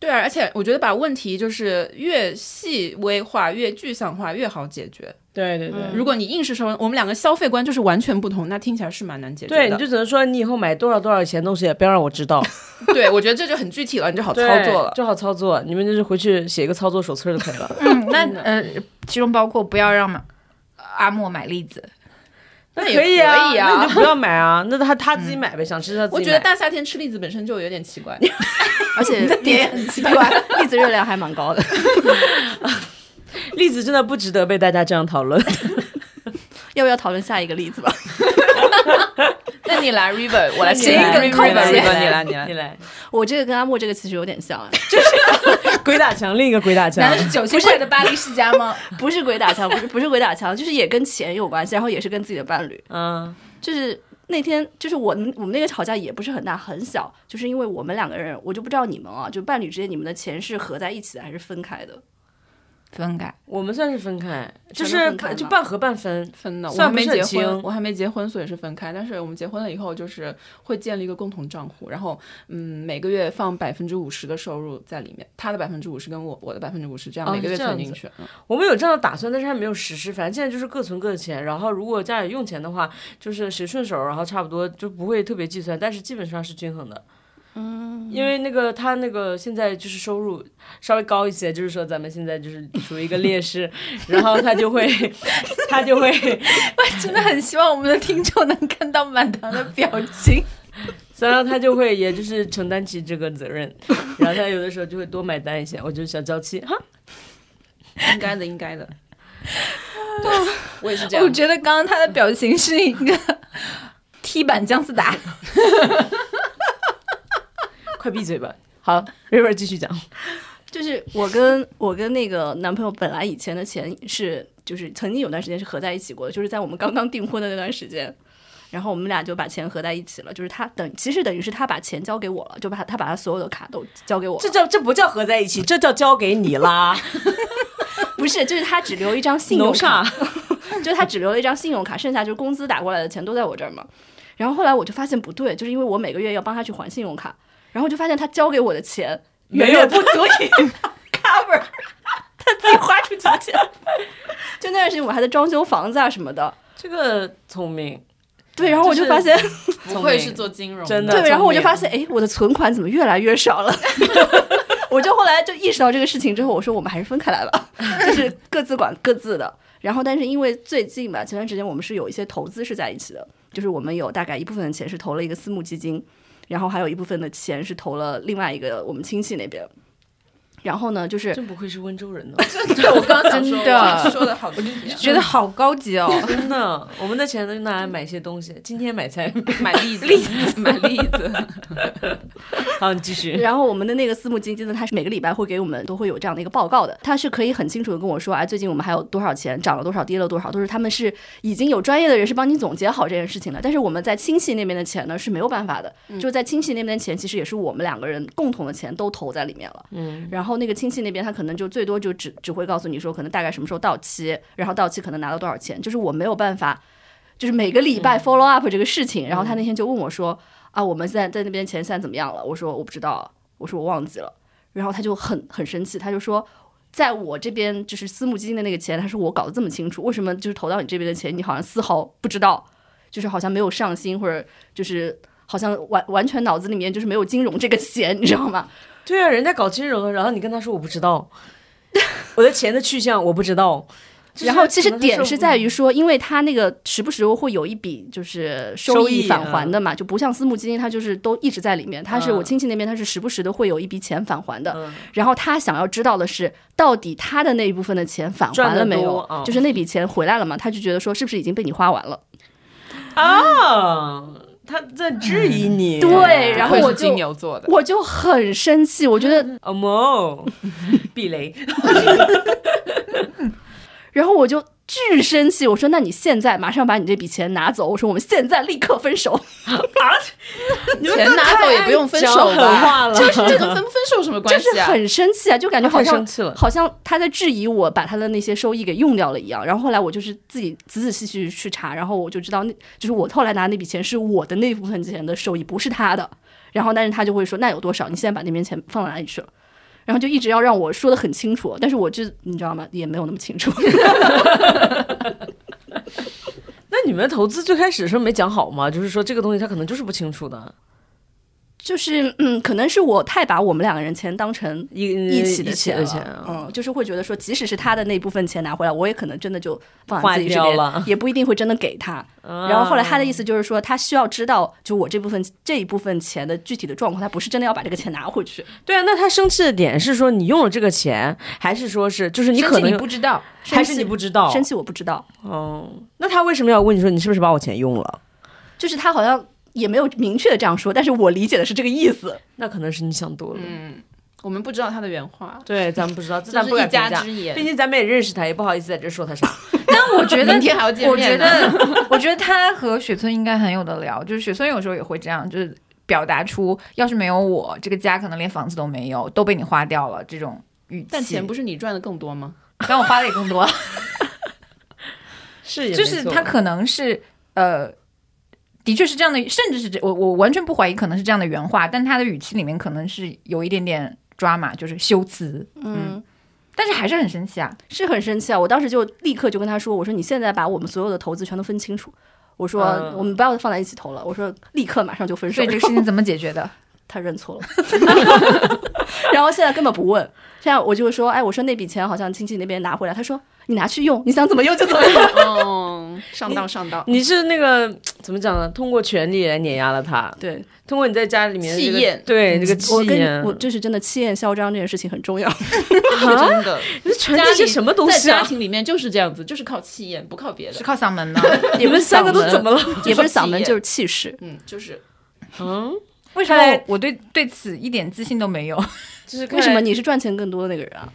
Speaker 2: 对啊，而且我觉得把问题就是越细微化、越具象化越好解决。
Speaker 6: 对对对。
Speaker 2: 如果你硬是说我们两个消费观就是完全不同，那听起来是蛮难解决
Speaker 6: 对，你
Speaker 2: 的。
Speaker 6: 就只能说你以后买多少多少钱东西，不要让我知道，
Speaker 2: 对，我觉得这就很具体了，你就好操作了。
Speaker 6: 就好操作。你们就是回去写一个操作手册就可以了。
Speaker 4: 嗯，那呃，其中包括不要让马阿莫买栗子，
Speaker 2: (laughs) 那
Speaker 6: 可以啊，
Speaker 2: 可以
Speaker 6: 那你
Speaker 2: 啊
Speaker 6: 就。不要买啊，那他他自己买呗，想吃他自己买。
Speaker 2: 我觉得大夏天吃栗子本身就有点奇怪。
Speaker 5: 而且嗯也很奇怪， (laughs) 栗子热量还蛮高的。
Speaker 6: 栗子真的不值得
Speaker 2: (laughs)
Speaker 6: 被大家这样讨论。
Speaker 5: 要不要讨论下一个例子吧？
Speaker 2: (laughs) 那那你来 River，我来
Speaker 5: 行梗
Speaker 6: (laughs)
Speaker 2: River，River，
Speaker 5: 扣
Speaker 2: River，
Speaker 5: 起
Speaker 2: River，你来，你 (laughs) 来
Speaker 6: 你。来，
Speaker 5: (laughs) 我这个跟阿莫这个其实有点像啊，
Speaker 6: 鬼打墙，另一个鬼
Speaker 2: (laughs)
Speaker 6: 打墙
Speaker 4: 难道，是九千块的巴黎世家吗？
Speaker 6: (laughs)
Speaker 5: 不是鬼打墙，不是不是鬼打墙，就是也跟钱有关系，然后也是跟自己的伴侣，
Speaker 6: 嗯，
Speaker 5: 就是那天就是我们我们那个吵架也不是很大很小，就是因为我们两个人，我就不知道你们啊，就伴侣之间你们的钱是合在一起的还是分开的？
Speaker 4: 分开，
Speaker 6: 我们算是分开，就
Speaker 5: 全都
Speaker 6: 是
Speaker 5: 分开吗
Speaker 6: 就半合半分，
Speaker 2: 分的，我
Speaker 6: 算
Speaker 2: 还没
Speaker 6: 不是
Speaker 2: 结
Speaker 6: 很
Speaker 2: 婚，
Speaker 6: 清
Speaker 2: 我还没结婚，所以是分开。但是我们结婚了以后，就是会建立一个共同账户，然后嗯，每个月放百分之五十的收入在里面，他的百分之五十跟我我的百分之五十，这样
Speaker 6: 哦
Speaker 2: 每个月
Speaker 6: 是这样
Speaker 2: 存进
Speaker 6: 子
Speaker 2: 去。嗯
Speaker 6: 我们有这样的打算，但是还没有实施。反正现在就是各存各的钱，然后如果家里用钱的话，就是谁顺手，然后差不多就不会特别计算，但是基本上是均衡的。嗯，因为那个他那个现在就是收入稍微高一些，就是说咱们现在就是处于一个劣势，然后他
Speaker 4: (laughs)
Speaker 6: 就会他就会，
Speaker 4: 真的很希望我们的听众能看到满堂的表
Speaker 6: (laughs)
Speaker 4: 情。
Speaker 6: 然后他就会也就是承担起这个责任，然后他有的时候就会多买单一些，我就是小娇妻哈。
Speaker 2: 应该的，应该的。 (laughs) 对，我也是这样。
Speaker 4: 我觉得刚刚他的表情是一个踢板姜思达。
Speaker 6: 快闭嘴吧。好，River 继续讲。
Speaker 5: 就是我跟我跟那个男朋友本来以前的钱是，就是曾经有段时间是合在一起过的，就是在我们刚刚订婚的那段时间，然后我们俩就把钱合在一起了，就是他等其实等于是他把钱交给我了，就把他把他所有的卡都交给我了，
Speaker 6: 这叫这不叫合在一起，这叫交给你啦。 (laughs)
Speaker 5: 不是就是他只留一张信用卡， (laughs) 就是他只留了一张信用卡，剩下就是工资打过来的钱都在我这儿嘛。然后后来我就发现不对，就是因为我每个月要帮他去还信用卡，然后我就发现他交给我的钱远远
Speaker 6: (laughs)
Speaker 5: 不足以 cover 他自己花出去的钱。 (laughs) 就那段时间我还在装修房子啊什么的，
Speaker 6: 这个聪明，
Speaker 5: 对，然后我就发现，
Speaker 2: 不愧是做金融，
Speaker 6: 真的
Speaker 5: 对，然后我就
Speaker 6: 聪明
Speaker 5: 发现，哎，我的存款怎么越来越少了？ (laughs) 我就后来就意识到这个事情之后，我说我们还是分开来吧，就是各自管各自的。然后，但是因为最近吧，前段时间我们是有一些投资是在一起的，就是我们有大概一部分的钱是投了一个私募基金，然后还有一部分的钱是投了另外一个我们亲戚那边。然后呢，就是
Speaker 6: 真不愧是温州人呢，
Speaker 2: (laughs) 对我刚刚想说，
Speaker 4: 真的
Speaker 2: 我说的好具体
Speaker 4: (laughs)
Speaker 2: 啊，
Speaker 4: 觉得好高级哦， (laughs)
Speaker 6: 真的。我们的钱都用来买些东西，今天买菜。
Speaker 2: 买栗子，栗子，买栗
Speaker 4: (laughs)
Speaker 2: 子。
Speaker 6: 好，你继续。
Speaker 5: 然后我们的那个私募基金呢，它是每个礼拜会给我们都会有这样的一个报告的，它是可以很清楚的跟我说，哎，最近我们还有多少钱涨了多少，跌了多少，都是他们是已经有专业的人士帮你总结好这件事情的。但是我们在亲戚那边的钱呢是没有办法的，就在亲戚那边的钱其实也是我们两个人共同的钱都投在里面了。嗯，然后那个亲戚那边他可能就最多就只只会告诉你说，可能大概什么时候到期，然后到期可能拿到多少钱，就是我没有办法。就是每个礼拜 follow up 这个事情，然后他那天就问我说：“啊，我们现在在那边钱现在怎么样了？我说我不知道，我说我忘记了。然后他就很很生气，他就说，在我这边就是私募基金的那个钱，他说我搞得这么清楚，为什么就是投到你这边的钱，你好像丝毫不知道，就是好像没有上心，或者就是好像完完全脑子里面就是没有金融这个弦，你知道吗？
Speaker 6: 对啊，人家搞金融的，然后你跟他说我不知道，我的钱的去向我不知道。就是
Speaker 5: 然后其实
Speaker 6: 可能他
Speaker 5: 点是在
Speaker 6: 我
Speaker 5: 于说，因为他那个时不时会有一笔就是收
Speaker 6: 收
Speaker 5: 益
Speaker 6: 益
Speaker 5: 返还的嘛，就不像私募基金，它就是都一直在里面。他是我亲戚那边，他是时不时的会有一笔钱返还的。然后他想要知道的是，到底他的那一部分的钱返还
Speaker 6: 赚
Speaker 5: 了
Speaker 6: 得
Speaker 5: 没
Speaker 6: 多
Speaker 5: 有
Speaker 6: 啊？
Speaker 5: 就是那笔钱回来了嘛？他就觉得说，是不是已经被你花完了？
Speaker 6: 啊，他在质疑你。
Speaker 5: 对，然后
Speaker 2: 不愧
Speaker 5: 我
Speaker 2: 是金
Speaker 5: 就
Speaker 2: 牛座的，
Speaker 5: 我就很生气，我觉得
Speaker 6: 哦莫，避雷。
Speaker 5: 然后我就巨生气，我说：“那你现在马上把你这笔钱拿走！”我说：“我们现在立刻分手。
Speaker 2: 钱拿走也不用分手
Speaker 6: 讲狠话
Speaker 2: 吧？
Speaker 6: 了 (laughs)
Speaker 2: 就是 (laughs) 这跟分分手什么”
Speaker 5: 就
Speaker 2: 关系
Speaker 5: 是
Speaker 2: 啊？
Speaker 5: 很生气啊，就感觉好
Speaker 6: 太
Speaker 5: 像
Speaker 6: 生气了
Speaker 5: 好像他在质疑我把他的那些收益给用掉了一样。然后后来我就是自己仔仔细细去查，然后我就知道那就是我后来拿那笔钱是我的那部分钱的收益，不是他的。然后但是他就会说：“那有多少？你现在把那边钱放到哪里去了？”然后就一直要让我说的很清楚，但是我就你知道吗？也没有那么清楚。 (laughs)
Speaker 6: 那你们投资最开始的时候没讲好吗？就是说这个东西他可能就是不清楚的，
Speaker 5: 就是嗯，可能是我太把我们两个人钱当成
Speaker 6: 一
Speaker 5: 呃一
Speaker 6: 一
Speaker 5: 起的
Speaker 6: 的
Speaker 5: 钱
Speaker 6: 钱
Speaker 5: 了，
Speaker 6: 啊
Speaker 5: 嗯，就是会觉得说，即使是他的那部分钱拿回来，我也可能真的就放在
Speaker 6: 花
Speaker 5: 自己这边
Speaker 6: 掉了嗯
Speaker 5: 也不一定会真的给
Speaker 6: (laughs)
Speaker 5: 他。然后后来他的意思就是说，他需要知道，就我这部分这一部分钱的具体的状况，他不是真的要把这个钱拿回去。
Speaker 6: 对啊，那他生气的点是说你用了这个钱，还是说是就是你
Speaker 4: 生
Speaker 6: 可
Speaker 4: 气
Speaker 6: 能
Speaker 4: 你
Speaker 6: 有
Speaker 4: 不知道，
Speaker 6: 还是你不知道？
Speaker 5: 生气我不知道，
Speaker 6: 哦，那他为什么要问你说你是不是把我钱用了？
Speaker 5: 就是他好像也没有明确的这样说，但是我理解的是这个意思。
Speaker 6: 那可能是你想多了。
Speaker 2: 嗯，我们不知道他的原话，
Speaker 6: 对，咱们不知道，这
Speaker 2: 这
Speaker 6: 咱
Speaker 2: 是
Speaker 6: 不
Speaker 2: 一
Speaker 6: 敢评
Speaker 2: 家
Speaker 6: 价，
Speaker 2: 之言
Speaker 6: 毕。竟咱们也认识他，也不好意思在这说他啥。
Speaker 4: 但我觉得
Speaker 2: 明天还要见
Speaker 4: 我觉
Speaker 2: 面呢
Speaker 4: 得， (laughs) 我觉得他和雪村应该很有的聊，就是雪村有时候也会这样，就是表达出要是没有我，这个家可能连房子都没有，都被你花掉了这种语气。
Speaker 2: 但钱不是你赚的更多吗？
Speaker 4: 但我花的也更多，
Speaker 6: 是
Speaker 4: 就是他可能是呃。的确是这样的，甚至是这我我完全不怀疑可能是这样的原话，但他的语气里面可能是有一点点抓马，就是修辞，
Speaker 5: 嗯，
Speaker 4: 但是还是很生气啊。
Speaker 5: 是很生气啊！我当时就立刻就跟他说：“我说你现在把我们所有的投资全都分清楚。”我说：“
Speaker 6: 嗯
Speaker 5: 我们不要放在一起投了。”我说：“立刻马上就分手。
Speaker 4: 所以这个事情怎么解决的？
Speaker 5: 他认错了， (laughs) 然后现在根本不问。现在我就说：“哎，我说那笔钱好像亲戚那边拿回来。”他说：“你拿去用，你想怎么用就怎么
Speaker 6: (laughs)
Speaker 5: 用。
Speaker 2: 嗯，上当上当，
Speaker 6: 你是那个怎么讲呢？通过权力来碾压了他”，
Speaker 5: 对，
Speaker 6: 通过你在家里面的这个
Speaker 2: 气焰嗯
Speaker 6: 对这个
Speaker 5: 我
Speaker 6: 气
Speaker 5: 跟
Speaker 6: 焰
Speaker 5: 你，我就是真的气焰嚣张这件事情很重要。
Speaker 2: 是真的。
Speaker 6: 你们传
Speaker 2: 家
Speaker 6: 递些
Speaker 2: 里
Speaker 6: 什么东西
Speaker 2: 在家
Speaker 6: 啊？
Speaker 2: 庭里面就是这样子，就是靠气焰，不靠别的
Speaker 4: 是。靠嗓门吗？ (laughs)
Speaker 6: 你们三个都
Speaker 2: 嗓门
Speaker 6: 怎么了？
Speaker 5: 也不是嗓门，
Speaker 2: 气焰
Speaker 5: 就是气势。
Speaker 2: 嗯，就是
Speaker 6: 嗯，
Speaker 4: 为什么
Speaker 6: 看来
Speaker 4: 我我对对此一点自信都没有？
Speaker 6: 就是看
Speaker 5: 为什
Speaker 6: 来
Speaker 5: 么你是赚钱更多的那个人啊？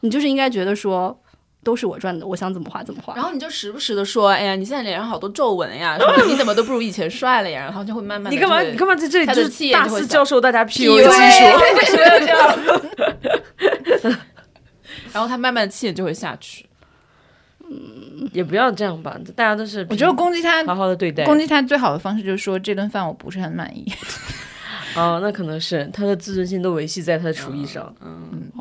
Speaker 5: 你就是应该觉得说，都是我赚的，我想怎么花怎么花。
Speaker 2: 然后你就时不时的说，哎呀，你现在脸上好多皱纹呀，什么你怎么都不如以前帅了呀，然后就会慢慢地
Speaker 6: 你干嘛？
Speaker 2: 就会
Speaker 6: 你干嘛在这里
Speaker 2: 他
Speaker 6: 就
Speaker 2: 的
Speaker 6: 是
Speaker 2: 气焰
Speaker 6: 大
Speaker 2: 就会
Speaker 6: 肆
Speaker 2: 小
Speaker 6: 教授大家 PU
Speaker 2: 对
Speaker 6: 技术？
Speaker 4: 为什么要这样？
Speaker 2: (laughs) 然后他慢慢气焰就会下去。
Speaker 6: 也不要这样吧，大家都是
Speaker 4: 我觉得攻击
Speaker 6: (laughs)
Speaker 4: 他，
Speaker 6: 好好的对待。
Speaker 4: 攻击他最好的方式就是说这顿饭我不是很满意。
Speaker 6: 哦，那可能是他的自尊心都维系在他的厨艺上。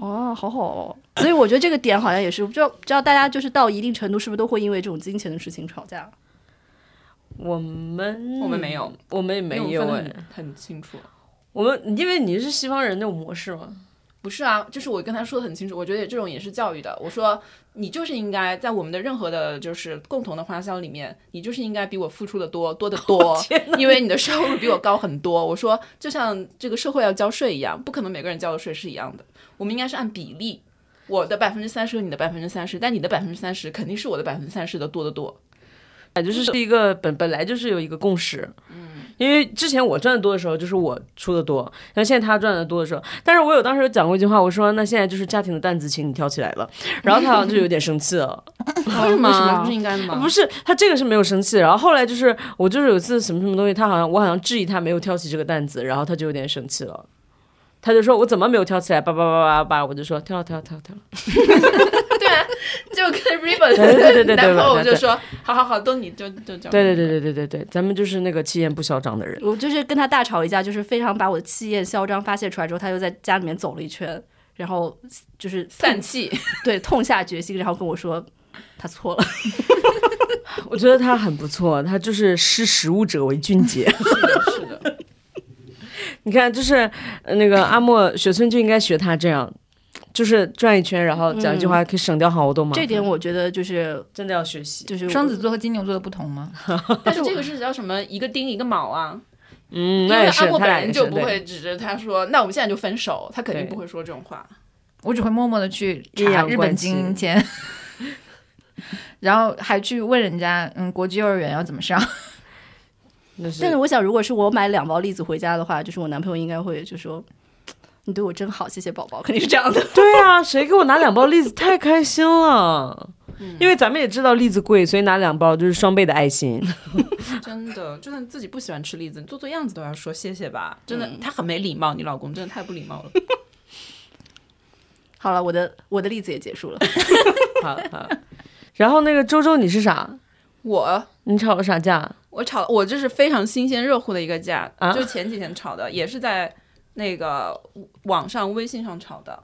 Speaker 5: 哦，好好哦。所以我觉得这个点好像也是，不知道不知道大家就是到一定程度，是不是都会因为这种金钱的事情吵架？
Speaker 6: 我们
Speaker 2: 我们没有，
Speaker 6: 我们也没有
Speaker 2: 哎
Speaker 6: 哎。，
Speaker 2: 很清楚。
Speaker 6: 我们因为你是西方人那种模式嘛，
Speaker 2: 不是啊，就是我跟他说的很清楚，我觉得这种也是教育的。我说你就是应该在我们的任何的，就是共同的花销里面，你就是应该比我付出的多
Speaker 6: (laughs)
Speaker 2: 多得多，因为你的收入比我高很多。我说就像这个社会要交税一样，不可能每个人交的税是一样的，我们应该是按比例，我的百分之三十和你的百分之三十，但你的百分之三十肯定是我的百分之三十的多得
Speaker 6: (laughs)
Speaker 2: 多。
Speaker 6: 哎，就是是一个本本来就是有一个共识。嗯，因为之前我赚的多的时候，就是我出的多，然后现在他赚的多的时候，但是我有当时有讲过一句话，我说那现在就是家庭的担子，请你挑起来了。然后他好像就有点生气了，
Speaker 2: 为什
Speaker 5: 为什么
Speaker 2: 不是应该的吗？
Speaker 6: 啊不是他这个是没有生气，然后后来就是我就是有一次什么什么东西，他好像我好像质疑他没有挑起这个担子，然后他就有点生气了。他就说：“我怎么没有挑起来？叭叭叭叭叭！”我就说：“挑了，挑了，挑了，挑了。
Speaker 2: 就跟 River
Speaker 6: 对对对对对
Speaker 2: 男朋友
Speaker 6: 对对
Speaker 2: 就说，好好好，都你就就这样。”
Speaker 6: 对对对对对对对，咱们就是那个气焰不嚣张的人。
Speaker 5: 我就是跟他大吵一架，就是非常把我的气焰嚣张发泄出来之后，他又在家里面走了一圈，然后就是
Speaker 2: 散气，
Speaker 6: (laughs)
Speaker 5: 对痛下决心，然后跟我说他错了。 (laughs)
Speaker 6: 我觉得他很不错，他就是识时务者为俊杰。 (laughs)
Speaker 2: 是的，是的。
Speaker 6: 你看，就是呃那个阿莫雪村就应该学他这样，就是转一圈，然后讲一句
Speaker 2: 嗯
Speaker 6: 话，可以省掉好多麻烦。
Speaker 5: 这点我觉得就是
Speaker 6: 真的要学习。
Speaker 5: 就是
Speaker 4: 双子
Speaker 5: 座。
Speaker 4: 座和金牛座的不同吗？
Speaker 2: 但是这个是叫什么？一个钉一个卯啊！
Speaker 6: 嗯，
Speaker 2: 因
Speaker 6: 那
Speaker 2: 为
Speaker 6: 也是，
Speaker 2: 阿莫
Speaker 6: 他
Speaker 2: 本
Speaker 6: 俩
Speaker 2: 人
Speaker 6: 也
Speaker 2: 就是不。会指着他说：“那我们现在就分手。”他肯定不会说这种话。
Speaker 4: 我只会默默的去
Speaker 6: 阴
Speaker 4: 查
Speaker 6: 阳
Speaker 4: 日本
Speaker 6: 关系
Speaker 4: 精英签， (laughs) 然后还去问人家，嗯，国际幼儿园要怎么上？
Speaker 6: 对
Speaker 5: 但
Speaker 6: 是
Speaker 5: 是我想，如果是我买两包栗子回家的话，就是我男朋友应该会就说。你对我真好，谢谢宝宝，肯定是这样的。 (laughs)
Speaker 6: 对啊，谁给我拿两包栗子，太开心了。因为咱们也知道栗子贵，所以拿两包就是双倍的爱心。
Speaker 2: 真的，就算自己不喜欢吃栗子，你做做样子都要说谢谢吧。真的，他很没礼貌，你老公真的太不礼貌了。
Speaker 5: 好了，我的我的例子也结束了。
Speaker 6: 好好。然后那个周周，你是啥？
Speaker 2: (laughs) 我
Speaker 6: 你吵了啥架？
Speaker 2: 我吵，我这是非常新鲜热乎的一个架，
Speaker 6: 啊
Speaker 2: 就前几天吵的，也是在那个网上微信上吵的，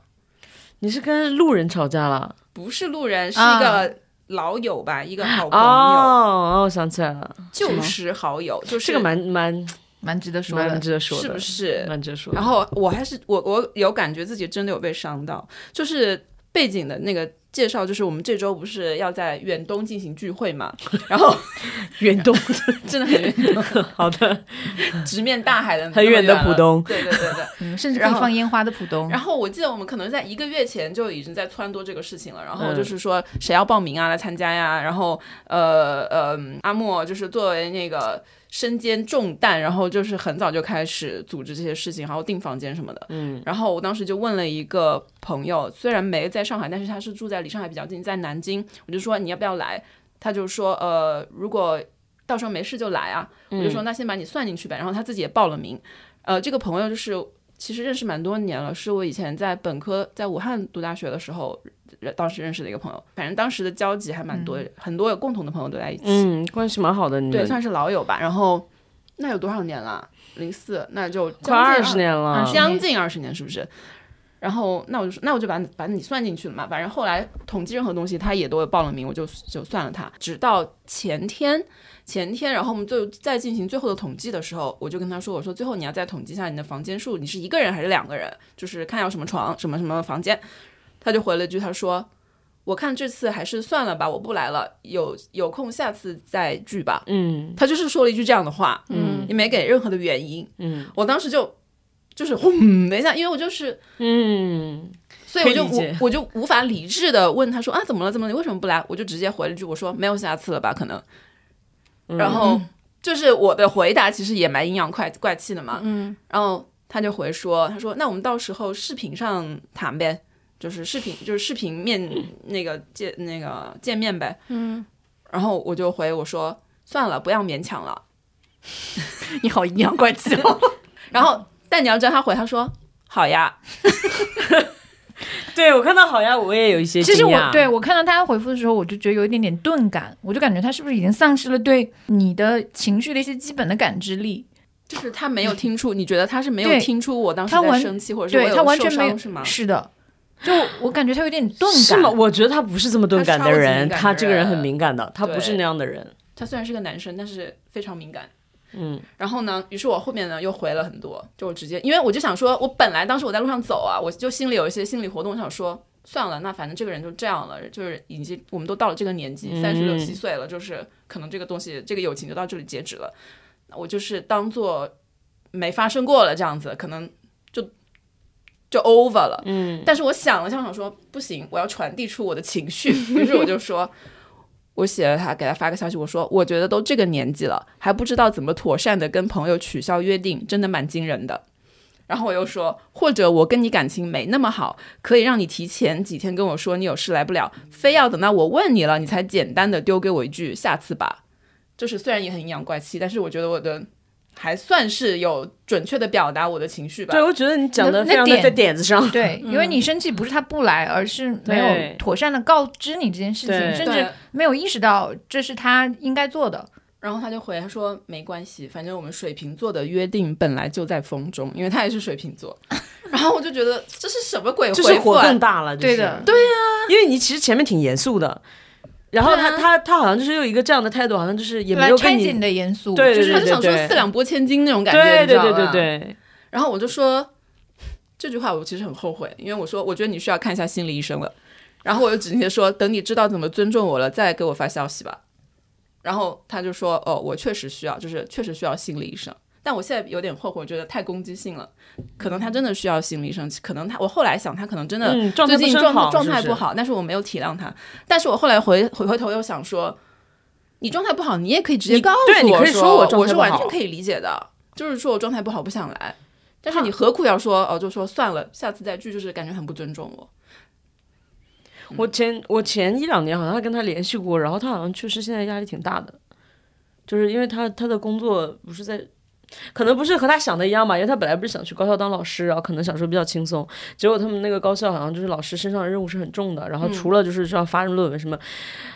Speaker 6: 你是跟路人吵架了？
Speaker 2: 不是路人，是
Speaker 4: 啊
Speaker 2: 一个老友吧，一个好朋友，
Speaker 6: 哦，我想起来了，
Speaker 2: 旧时好友，就是
Speaker 6: 这个蛮蛮
Speaker 4: 蛮值得说
Speaker 6: 蛮
Speaker 4: 的。
Speaker 6: 值得说的，嗯
Speaker 2: 是不是？
Speaker 6: 蛮值得说的。
Speaker 2: 然后我还是我我有感觉自己真的有被伤到，就是背景的那个介绍，就是我们这周不是要在远东进行聚会嘛，然后 (laughs)
Speaker 6: 远东
Speaker 2: 真的很远，
Speaker 6: 好的，
Speaker 2: 直面大海的
Speaker 6: 很
Speaker 2: 那么
Speaker 6: 远的
Speaker 2: 了
Speaker 6: 浦东
Speaker 2: 对对对对。
Speaker 4: 嗯，甚至可
Speaker 2: 然
Speaker 4: 以
Speaker 2: 后
Speaker 4: 放烟花的浦东
Speaker 2: 然，后我记得我们可能在一个月前就已经在撺掇这个事情了，然后就是说谁要报名啊，来参加呀，然后呃呃，阿莫就是作为那个。身兼重担，然后就是很早就开始组织这些事情，然后订房间什么的。嗯，然后我当时就问了一个朋友，虽然没在上海，但是他是住在离上海比较近，在南京，我就说你要不要来？他就说呃，如果到时候没事就来啊。我
Speaker 6: 嗯
Speaker 2: 就说那先把你算进去呗。然后他自己也报了名。呃，这个朋友就是其实认识蛮多年了，是我以前在本科在武汉读大学的时候，呃当时认识的一个朋友。反正当时的交集还蛮多，很多有共同的朋友都在一起。
Speaker 6: 嗯，关系蛮好的，你
Speaker 2: 对，
Speaker 6: 们
Speaker 2: 算是老友吧。然后那有多少年了？零四，那就
Speaker 6: 快
Speaker 2: 将近
Speaker 6: 二十，年了，
Speaker 2: 啊将近二十年是不是？然后那我就说，那我就把你把你算进去了嘛。反正后来统计任何东西，他也都报了名，我就就算了他。直到前天，前天，然后我们就在进行最后的统计的时候，我就跟他说，我说最后你要再统计一下你的房间数，你是一个人还是两个人，就是看要什么床，什么什么房间。他就回了一句，他说。我看这次还是算了吧，我不来了，有有空下次再聚吧。
Speaker 6: 嗯
Speaker 2: 他就是说了一句这样的话，嗯，也没给任何的原因，嗯，我当时就就是轰的一下，因为我就是，
Speaker 6: 嗯，
Speaker 2: 所以我就
Speaker 6: 可以理解
Speaker 2: 我我就无法理智的问他说啊怎么了怎么了你为什么不来？我就直接回了一句我说没有下次了吧可能，然后就是我的回答其实也蛮阴阳怪怪气的嘛，嗯，然后他就回说他说那我们到时候视频上谈呗。就是视频，就是视频面那个见那个见面呗，嗯，然后我就回我说算了，不要勉强了，
Speaker 5: (laughs) 你好阴阳怪气哦。
Speaker 2: 然后，但你要知道，他回他说好呀，
Speaker 6: 对我看到好呀，我也有一些
Speaker 4: 其实
Speaker 6: 惊
Speaker 4: 我
Speaker 6: 讶
Speaker 4: 对我看到他回复的时候，我就觉得有一点点钝感，我就感觉他是不是已经丧失了对你的情绪的一些基本的感知力？
Speaker 2: 就是他没有听出，你觉得他是没有
Speaker 4: 对
Speaker 2: 听出我当时
Speaker 4: 他
Speaker 2: 在
Speaker 4: 完
Speaker 2: 生气，或者是我
Speaker 4: 对
Speaker 2: 有
Speaker 4: 他完
Speaker 2: 受
Speaker 4: 全没
Speaker 2: 伤
Speaker 4: 有
Speaker 2: 是吗？
Speaker 4: 是的，就我感觉他有点钝感。
Speaker 6: 是吗？我觉得他不是这么钝感的人，
Speaker 2: 他是超级
Speaker 6: 他
Speaker 2: 敏感的人
Speaker 6: 这个人很敏感的，他不是
Speaker 2: 对
Speaker 6: 那样的人。
Speaker 2: 他虽然是个男生，但是非常敏感。
Speaker 6: 嗯，
Speaker 2: 然后呢，于是我后面呢又回了很多，就我直接，因为我就想说，我本来当时我在路上走啊，我就心里有一些心理活动，我想说算了，那反正这个人就这样了，就是已经我们都到了这个年
Speaker 4: 嗯
Speaker 2: 纪，三十六七岁了，就是可能这个东西，这个友情就到这里截止了。我就是当做没发生过了这样子，可能就就 over 了。嗯，但是我想了想，想说不行，我要传递出我的情绪，于是我就说。我写了他，给他发个消息，我说我觉得都这个年纪了，还不知道怎么妥善的跟朋友取消约定，真的蛮惊人的。然后我又说，或者我跟你感情没那么好，可以让你提前几天跟我说你有事来不了，非要等到我问你了，你才简单的丢给我一句下次吧。就是虽然也很阴阳怪气，但是我觉得我的还算是有准确的表达我的情绪吧
Speaker 6: 对，。我觉得你讲的
Speaker 4: 那
Speaker 6: 非常
Speaker 4: 那
Speaker 6: 的
Speaker 4: 点
Speaker 6: 在点子上。
Speaker 4: 对，因为你生气不是他不来，而是没
Speaker 6: 嗯对
Speaker 4: 有妥善的告知你这件事
Speaker 6: 对
Speaker 4: 情，甚
Speaker 2: 对
Speaker 4: 至没有意识到这是他应该做的。
Speaker 2: 然后他就回他说没关系，反正我们水瓶座的约定本来就在风中，因为他也是水瓶
Speaker 6: (laughs)
Speaker 2: 座。然后我就觉得这是什么鬼
Speaker 6: 就是
Speaker 2: 回复
Speaker 6: 火
Speaker 2: 啊？
Speaker 6: 更大了，就是
Speaker 4: 对的，
Speaker 6: 对呀、因为你其实前面挺严肃的，然后他、
Speaker 2: 对啊
Speaker 6: 他他好像就是用一个这样的态度，好像就是也没
Speaker 4: 来
Speaker 6: 有
Speaker 4: 拆
Speaker 6: 跟
Speaker 4: 解你
Speaker 6: 你，
Speaker 4: 的严肃，
Speaker 6: 对
Speaker 4: 就
Speaker 6: 对
Speaker 4: 是
Speaker 2: 他就想说四两拨千斤那种感觉，
Speaker 6: 对
Speaker 2: 你知
Speaker 6: 对
Speaker 2: 道
Speaker 6: 对对
Speaker 2: 吧。
Speaker 6: 对，
Speaker 2: 然后我就说这句话，我其实很后悔，因为我说我觉得你需要看一下心理医生了。然后我就直接说，等你知道怎么尊重我了，再给我发消息吧。然后他就说，哦，我确实需要，就是确实需要心理医生。但我现在有点后悔，我觉得太攻击性了，可能他真的需要心理医生。可能他，我后来想，他可能真的
Speaker 6: 嗯状态
Speaker 2: 最
Speaker 6: 不
Speaker 2: 近
Speaker 6: 是
Speaker 2: 状
Speaker 6: 很
Speaker 2: 态
Speaker 6: 好
Speaker 2: 状态
Speaker 6: 是不
Speaker 2: 不
Speaker 6: 是
Speaker 2: 好，但是我没有体谅他。但是我后来回回回头又想说，你状态不好，你也可以直接
Speaker 6: 你
Speaker 2: 告诉
Speaker 6: 对你可以说我
Speaker 2: 我
Speaker 6: 状态
Speaker 2: 是
Speaker 6: 不
Speaker 2: 完
Speaker 6: 好
Speaker 2: 全可以理解的，就是说我状态不好不想来，但是你何苦要说哦，就说算了，下次再聚，就是感觉很不尊重我。
Speaker 6: 我前我前一两年好像还跟他联系过，然后他好像确实现在压力挺大的，就是因为他他的工作不是在，可能不是和他想的一样吧，因为他本来不是想去高校当老师，然后可能想说比较轻松，结果他们那个高校好像就是老师身上的任务是很重的，然后
Speaker 4: 嗯
Speaker 6: 除了就是要发论文什么，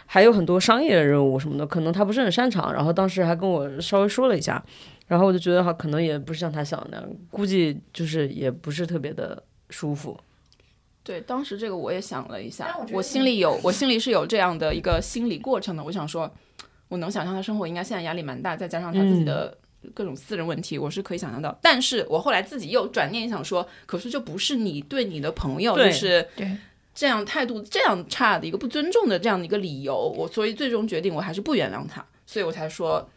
Speaker 6: 还有很多商业的任务什么的，可能他不是很擅长，然后当时还跟我稍微说了一下，然后我就觉得好可能也不是像他想的那样，估计就是也不是特别的舒服，
Speaker 2: 对，当时这个我也想了一下
Speaker 4: 但我觉，得
Speaker 2: 我心里有，我心里是有这样的一个心理过程的。我想说，我能想象他生活应该现在压力蛮大，再加上他自己的各种私人问题，我是可以想象到。但是我后来自己又转念一想说，可是这不是你对你的朋友
Speaker 6: 对
Speaker 2: 就是
Speaker 4: 对
Speaker 2: 这样态度这样差的一个不尊重的这样的一个理由，我所以最终决定我还是不原谅他，所以我才说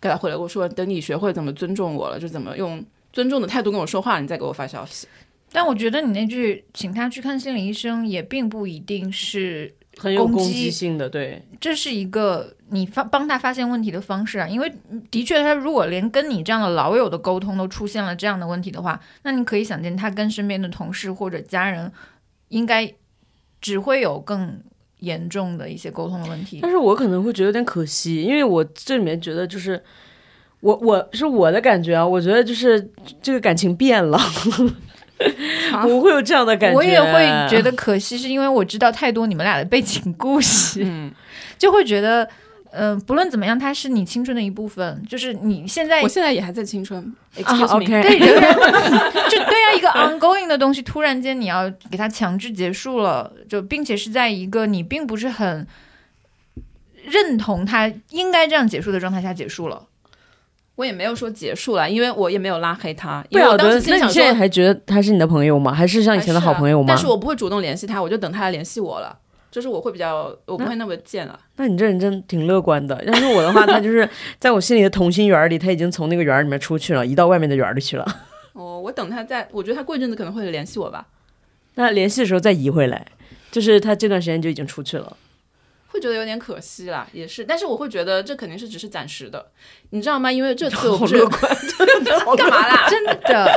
Speaker 2: 给他回了我说，等你学会怎么尊重我了，就怎么用尊重的态度跟我说话，你再给我发消息。 (laughs)
Speaker 4: 但我觉得你那句请他去看心理医生，也并不一定是
Speaker 6: 很有
Speaker 4: 攻
Speaker 6: 攻
Speaker 4: 击
Speaker 6: 击性的，对，
Speaker 4: 这是一个你发帮他发现问题的方式啊，因为的确，他如果连跟你这样的老友的沟通都出现了这样的问题的话，那你可以想见，他跟身边的同事或者家人，应该只会有更严重的一些沟通的问题
Speaker 6: 但。是我可能会觉得有点可惜，因为我这里面觉得就是。我我是我的感觉啊，我觉得就是这个感情变了，
Speaker 2: 啊
Speaker 6: 我会有这样的感觉。
Speaker 4: 我也会觉得可惜，是因为我知道太多你们俩的背景故事，就会觉得，嗯、不论怎么样，它是你青春的一部分，就是你现在
Speaker 2: 我现在也还在青春
Speaker 6: 哎啊
Speaker 2: ，excuse me，、
Speaker 6: ，OK，
Speaker 4: 对，仍然就对啊，一个 ongoing 的东西，突然间你要给它强制结束了，就并且是在一个你并不是很认同它应该这样结束的状态下结束了。
Speaker 2: 我也没有说结束了，因为我也没有拉黑他，
Speaker 6: 不
Speaker 2: 因为
Speaker 6: 晓
Speaker 2: 我当
Speaker 6: 得
Speaker 2: 时，心
Speaker 6: 那
Speaker 2: 里
Speaker 6: 你
Speaker 2: 想
Speaker 6: 现在
Speaker 2: 说。
Speaker 6: 还觉得他是你的朋友吗？还是像以前的好朋友吗？
Speaker 2: 但是我不会主动联系他，我就等他来联系我了。就是我会比较，我不会那么贱了。
Speaker 6: 那你这人真挺乐观的。要是我的话，他就是在我心里的同心圆里，他已经从那个圆里面出去了，移到外面的圆里去了。 (laughs)
Speaker 2: 哦，我等他在，我觉得他过一阵子可能会联系我吧，
Speaker 6: 那联系的时候再移回来，就是他这段时间就已经出去了。
Speaker 2: 会觉得有点可惜啦，也是。但是我会觉得这肯定是只是暂时的，你知道吗？因为这次我不是 (laughs) 干嘛啦？
Speaker 4: 真
Speaker 2: (laughs)
Speaker 4: 的，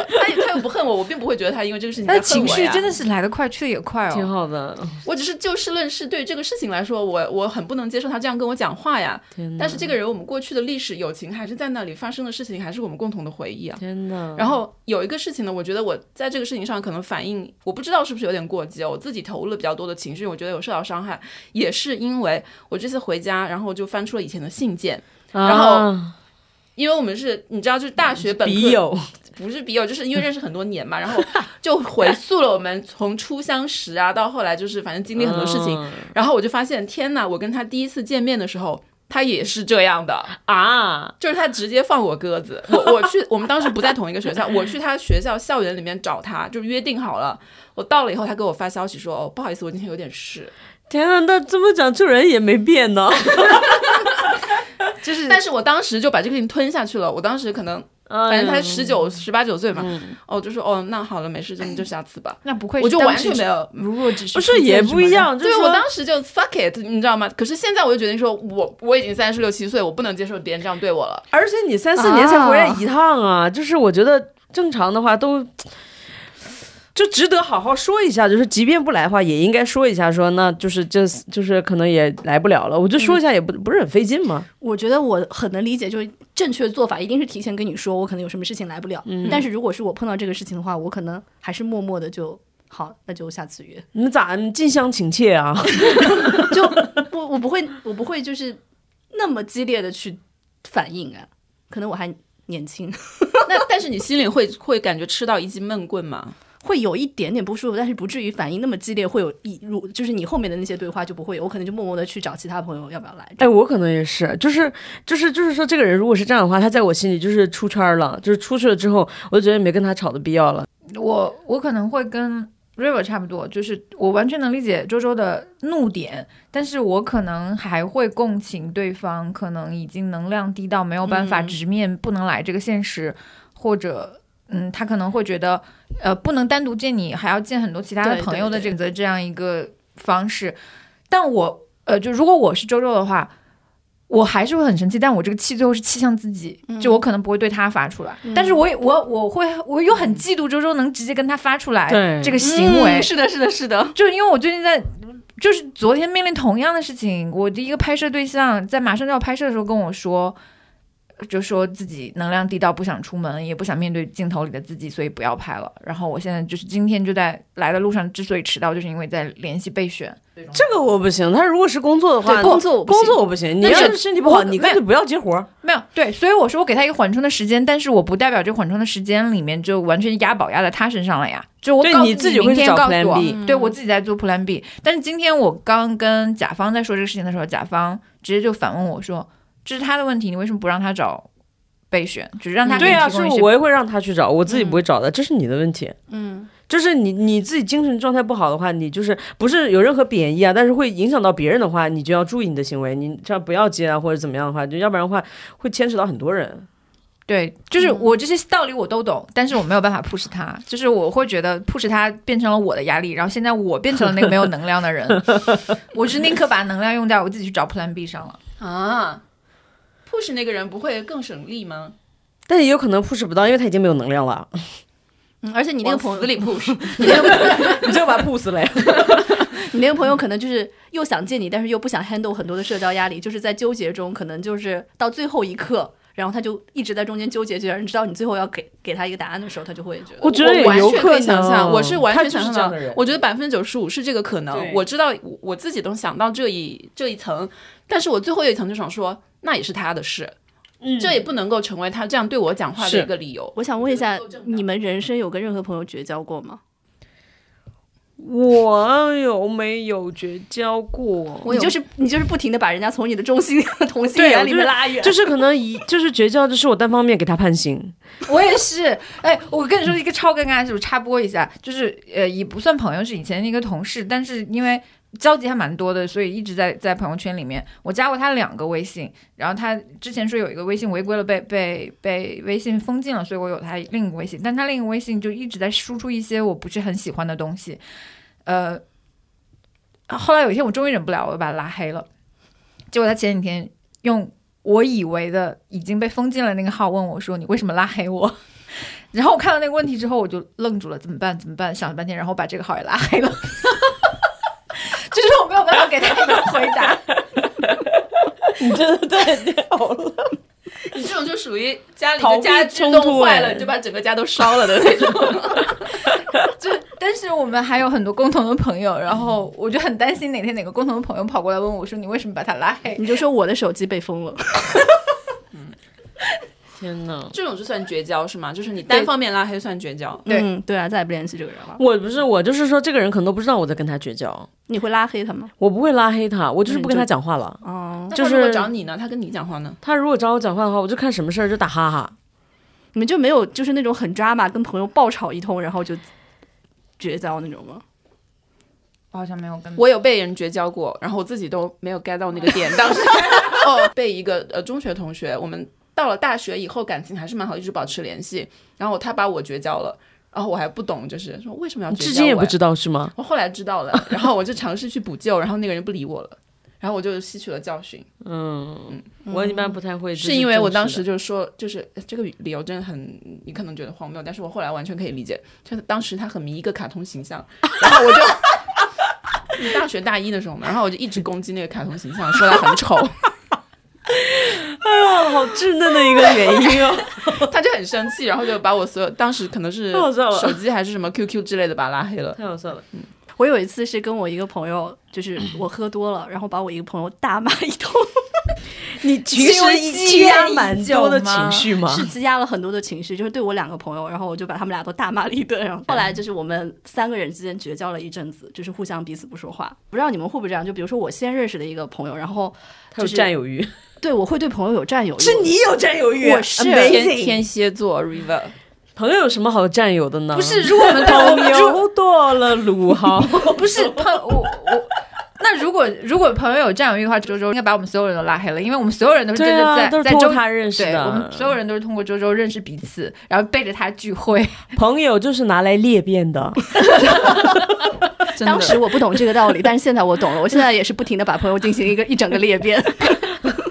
Speaker 2: 他也他又不恨我，我并不会觉得他因为这个事情
Speaker 4: 他
Speaker 2: 在
Speaker 4: 的
Speaker 2: 恨
Speaker 4: 情
Speaker 2: 我
Speaker 4: 绪
Speaker 2: 呀。
Speaker 4: 真的是来得快去得也快
Speaker 6: 挺
Speaker 4: 哦。
Speaker 6: 好的，
Speaker 2: 我只是就事论事，对这个事情来说，我我很不能接受他这样跟我讲话呀。
Speaker 6: 天
Speaker 2: 但是这个人，我们过去的历史友情还是在那里发生的事情，还是我们共同的回忆啊。
Speaker 6: 天哪！
Speaker 2: 然后有一个事情呢，我觉得我在这个事情上可能反应，我不知道是不是有点过激哦，我自己投入了比较多的情绪，我觉得有受到伤害，也是因为我这次回家，然后就翻出了以前的信件，然后
Speaker 6: 啊
Speaker 2: 因为我们是你知道，就是大学本科
Speaker 6: 笔友，
Speaker 2: 不是笔友， (laughs) 就是因为认识很多年嘛，然后就回溯了我们从初相识啊到后来就是反正经历很多事情，
Speaker 6: 嗯
Speaker 2: 然后我就发现天呐，我跟他第一次见面的时候，他也是这样的，
Speaker 6: 啊，
Speaker 2: 就是他直接放我鸽子。我我去，我们当时不在同一个学校，我去他学校校园里面找他，就约定好了。我到了以后，他给我发消息说：“哦，不好意思，我今天有点事。
Speaker 6: 天哪！那这么讲，这人也没变 (laughs) 呢。
Speaker 4: 就是”
Speaker 2: 但是我当时就把这个事情吞下去了。我当时可能
Speaker 6: 哎
Speaker 2: 反正他十
Speaker 4: 嗯
Speaker 2: 九、十八九岁嘛，哦，就说：“哦，那好了，没事，就就下次吧。
Speaker 4: 那不愧
Speaker 2: 我
Speaker 4: 是
Speaker 2: 就
Speaker 4: 当
Speaker 2: 完
Speaker 4: 时
Speaker 2: 全没有
Speaker 4: 如若只是
Speaker 6: 不是也不一样，就是
Speaker 2: 对，
Speaker 6: 说
Speaker 2: 我当时就 suck it，你知道吗？可是现在我就决定说，我我已经三十六七岁，我不能接受别人这样对我了。 (laughs)
Speaker 6: 而且你三四年才回来一趟啊，就是我觉得正常的话都。嗯就值得好好说一下，就是即便不来的话，也应该说一下说那就是这就是可能也来不了了，我就说一下也不、不是很费劲嘛。
Speaker 5: 我觉得我很能理解，就是正确的做法一定是提前跟你说，我可能有什么事情来不了。
Speaker 4: 嗯
Speaker 5: 但是如果是我碰到这个事情的话，我可能还是默默的就好，那就下次
Speaker 4: (laughs)
Speaker 5: 约。
Speaker 6: 你们咋你近乡情怯 (laughs) 啊？
Speaker 5: 就不，我不会，我不会就是那么激烈的去反应啊。可能我还年轻， (laughs)
Speaker 2: 那但是你心里会会感觉吃到一记闷棍吗？
Speaker 5: 会有一点点不舒服，但是不至于反应那么激烈，会有一如就是你后面的那些对话就不会有。我可能就默默的去找其他朋友要不要来。
Speaker 6: 哎，我可能也是，就是就是就是说，这个人如果是这样的话，他在我心里就是出圈儿了，就是出去了之后，我就觉得没跟他吵的必要了。
Speaker 4: 我我可能会跟 River 差不多，就是我完全能理解周周的怒点，但是我可能还会共情对方，可能已经能量低到没有办法
Speaker 5: 嗯
Speaker 4: 直面、不能来这个现实，或者。嗯，他可能会觉得，呃，不能单独见你，还要见很多其他的
Speaker 5: 对
Speaker 4: 朋
Speaker 5: 对
Speaker 4: 友的
Speaker 5: 对
Speaker 4: 这个这样一个方式。但我，呃，就如果我是周周的话，我还是会很生气，但我这个气最后是气向自己，就我可能不会对他发出来，但是我也我我会我又很嫉妒周周能直接跟他发出来
Speaker 6: 对
Speaker 4: 这个
Speaker 2: 嗯
Speaker 4: 行为，
Speaker 2: (laughs) 是的，是的，是的。
Speaker 4: 就是因为我最近在。就是昨天面临同样的事情，我的一个拍摄对象在马上就要拍摄的时候跟我说，就说自己能量低到不想出门，也不想面对镜头里的自己，所以不要拍了。然后我现在就是今天就在来的路上，之所以迟到，就是因为在联系备选。
Speaker 6: 这个我不行，他如果是工作的话，
Speaker 5: 对工作我不
Speaker 6: 工
Speaker 5: 行
Speaker 6: 作我不行，你
Speaker 4: 但
Speaker 6: 要
Speaker 4: 是
Speaker 6: 是身体不好，
Speaker 4: 我
Speaker 6: 你干脆不要接活儿。
Speaker 4: 没有对，所以我说我给他一个缓冲的时间，但是我不代表这缓冲的时间里面就完全押宝押在他身上了呀。就我
Speaker 6: 对
Speaker 4: 告诉
Speaker 6: 你自己
Speaker 4: 明
Speaker 6: 会去
Speaker 4: 天
Speaker 6: 找
Speaker 4: 告诉
Speaker 6: plan
Speaker 4: 我，
Speaker 6: B
Speaker 4: 对我自己在做 Plan B。但是今天我刚跟甲方在说这个事情的时候，甲方直接就反问我说：“这是他的问题，你为什么不让他找备选？就是让他给
Speaker 6: 对
Speaker 4: 你
Speaker 6: 啊，
Speaker 4: 提供
Speaker 6: 所以
Speaker 4: 一些
Speaker 6: 我也会让他去找，我自己不会找的，这是你的问题。嗯，就是你你自己精神状态不好的话，你就是不是有任何贬义啊，但是会影响到别人的话，你就要注意你的行为，你这样不要接啊或者怎么样的话，就要不然的话会牵扯到很多人。
Speaker 4: 对，就是我这些道理我都懂，但是我没有办法 push 他，就是我会觉得 push 他变成了我的压力，然后现在我变成了那个没有能量的
Speaker 6: (laughs)
Speaker 4: 人，我是宁可把能量用在我自己去找 Plan B 上了。
Speaker 2: 啊，push 那个人不会更省力吗？
Speaker 6: 但也有可能 push 不到，因为他已经没有能量了，
Speaker 5: 嗯，而且你那个朋友
Speaker 4: 往死里 push，
Speaker 6: 你就把他 push 了呀。
Speaker 5: 你那个朋友可能就是又想见你，但是又不想 handle 很多的社交压力，就是在纠结中，可能就是到最后一刻，然后他就一直在中间纠结，然后直到你最后要给给他一个答案的时候，他就会觉得
Speaker 6: 我觉得也
Speaker 2: 完
Speaker 6: 有
Speaker 2: 全可以想
Speaker 6: 能
Speaker 2: 象，我是完
Speaker 6: 他
Speaker 2: 全
Speaker 6: 就是
Speaker 2: 想象
Speaker 6: 这样
Speaker 2: 到
Speaker 6: 的人。
Speaker 2: 我觉得百分之九十五是这个可能
Speaker 6: 对，
Speaker 2: 我知道我我自己都想到这一这一层，但是我最后一层就想说，那也是他的事，这也不能够成为他这样对我讲话
Speaker 6: 是
Speaker 2: 的一个理由。
Speaker 5: 我想问一下，你们人生有跟任何朋友绝交过吗？
Speaker 6: 我有没有绝交过？
Speaker 4: 我
Speaker 5: 你
Speaker 4: 有
Speaker 5: 就是你就是不停的把人家从你的中心同心
Speaker 6: 对
Speaker 5: 圆
Speaker 6: 我
Speaker 5: 里
Speaker 6: 就
Speaker 5: 面
Speaker 6: 是
Speaker 5: 拉远，
Speaker 6: 就是可能一就是绝交，就是我单方面给他判刑。
Speaker 4: 我也是，哎，我跟你说一个超尴尬的事，我插播一下，就是呃，也不算朋友，是以前的一个同事，但是因为交集还蛮多的，所以一直在在朋友圈里面。我加过他两个微信，然后他之前说有一个微信违规了被，被被微信封禁了，所以我有他另一个微信，但他另一个微信就一直在输出一些我不是很喜欢的东西，呃，后来有一天我终于忍不了，我就把他拉黑了。结果他前几天用我以为的已经被封禁了那个号问我说：“你为什么拉黑我？” (laughs) 然后我看到那个问题之后，我就愣住了，怎么办？怎么办？想了半天，然后把这个号也拉黑了。 (laughs) 就是我没有办法给他一个回答， (laughs)
Speaker 6: 你真的太屌了！
Speaker 2: 你这种就属于家里
Speaker 6: 逃
Speaker 2: 的
Speaker 6: 避
Speaker 2: 家具
Speaker 6: 冲
Speaker 2: 弄
Speaker 6: 突
Speaker 2: 坏
Speaker 6: 哎
Speaker 2: 了，你就把整个家都烧了的那种。
Speaker 4: 就是但是我们还有很多共同的朋友，然后我就很担心哪天哪个共同的朋友跑过来问我说：“你为什么把他拉黑
Speaker 5: 你就说我的手机被封了，
Speaker 6: 天哪！
Speaker 2: (laughs) 这种就算绝交是吗？就是你单方面拉黑算绝交。
Speaker 4: 对
Speaker 5: 嗯，对啊，再也不联系这个人了。
Speaker 6: 我不是我，就是说这个人可能都不知道我在跟他绝交，
Speaker 5: 你会拉黑他吗？
Speaker 6: 我不会拉黑他，我就是不跟
Speaker 5: 那
Speaker 6: 他
Speaker 5: 你就
Speaker 6: 讲话了。
Speaker 5: 哦，
Speaker 2: 嗯那
Speaker 6: 嗯就
Speaker 2: 他如果
Speaker 6: 是
Speaker 2: 找你呢？他跟你讲话呢？
Speaker 6: 他如果找我讲话的话，我就看什么事儿就打哈哈。
Speaker 5: 你们就没有就是那种很 drama，跟朋友爆吵一通，然后就绝交那种吗？？”
Speaker 4: 我好像没有跟
Speaker 2: 我有被人绝交过，然后我自己都没有 get 到那个点。 (laughs) 当时哦，被一个呃中学同学，我们到了大学以后感情还是蛮好，一直保持联系。然后他把我绝交了，然后我还不懂，就是说为什么要
Speaker 6: 你
Speaker 2: 绝交？
Speaker 6: 嗯至今也不知。道是吗？
Speaker 2: 我后来知道了，然后我就尝试去补救，然后那个人不理我了，然后我就吸取了教训。
Speaker 6: 嗯，我一般不太会，
Speaker 2: 是因为我当时就说，就是呃这个理由真的很，你可能觉得荒谬，但是我后来完全可以理解。就是当时他很迷一个卡通形象，然后我就嗯大学大一的时候嘛，然后我就一直攻击那个卡通形象，说他很丑， (laughs)
Speaker 6: 好哦稚嫩的一个原因哦。
Speaker 2: 他就很生气，然后就把我所有当时可能是
Speaker 6: 太好笑了
Speaker 2: 手机还是什么 QQ 之类的把他拉黑了。
Speaker 6: 太好笑了，
Speaker 5: 我有一次是跟我一个朋友，就是我喝多了，然后把我一个朋友大骂一通，
Speaker 6: 你其
Speaker 4: 是因为
Speaker 6: 实
Speaker 4: 积
Speaker 6: 积
Speaker 4: 压
Speaker 6: 压
Speaker 4: 已
Speaker 6: 蛮
Speaker 4: 久
Speaker 6: 多的
Speaker 4: 吗
Speaker 6: 情绪 (laughs) 吗？
Speaker 5: 是积压了很多的情绪，就是对我两个朋友，然后我就把他们俩都大骂了一顿。然后后来就是我们三个人之间绝交了一阵子，就是互相彼此不说话。不知道你们会不会这样？就比如说我先认识的一个朋友，然后
Speaker 6: 他有
Speaker 5: 是
Speaker 6: 占有欲，
Speaker 5: 对我会对朋友有占有欲，
Speaker 6: 有占有欲
Speaker 5: 我是
Speaker 2: 天天蝎座 River，
Speaker 6: 朋友有什么好占有的呢？
Speaker 4: 不是，如果我
Speaker 6: (laughs)
Speaker 4: 们
Speaker 6: 头
Speaker 4: 同如
Speaker 6: 牛剁了鲁豪，
Speaker 4: 不是朋我我。那如果如果朋友有占有欲的话，周周应该把我们所有人都拉黑了，因为我们所有人都是真
Speaker 6: 对
Speaker 4: 的在、
Speaker 6: 啊，都是
Speaker 4: 在
Speaker 6: 通
Speaker 4: 周
Speaker 6: 过他认识
Speaker 4: 对，我们
Speaker 6: 的。
Speaker 4: 所有人都是通过周周认识彼此，然后背着他聚
Speaker 6: (laughs)
Speaker 4: 会。
Speaker 6: 朋友就是拿来裂变的，
Speaker 2: 真的
Speaker 5: (laughs) 当时我不懂这个道理，但是现在我懂了。我现在也是不停的把朋友进行一个一整个裂变。 (laughs)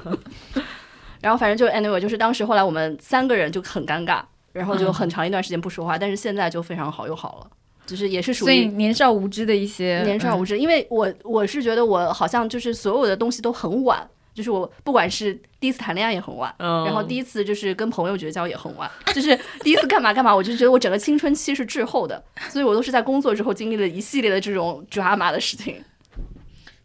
Speaker 5: 然后反正就 anyway，就是当时后来我们三个人就很尴尬，然后就
Speaker 4: 嗯
Speaker 5: 很长一段时间不说话，但是现在就非常好又好了，就是也是属
Speaker 4: 所以
Speaker 5: 于。
Speaker 4: 年少无知的一些
Speaker 6: 嗯
Speaker 4: 嗯
Speaker 5: 年少无知，因为我我是觉得我好像就是所有的东西都很晚，就是我不管是第一次谈恋爱也很晚，
Speaker 6: 嗯
Speaker 5: 然后第一次就是跟朋友绝交也很晚，就是第一次干嘛干嘛，我就觉得我整个青春期是滞后的，所以我都是在工作之后经历了一系列的这种 drama 的事情。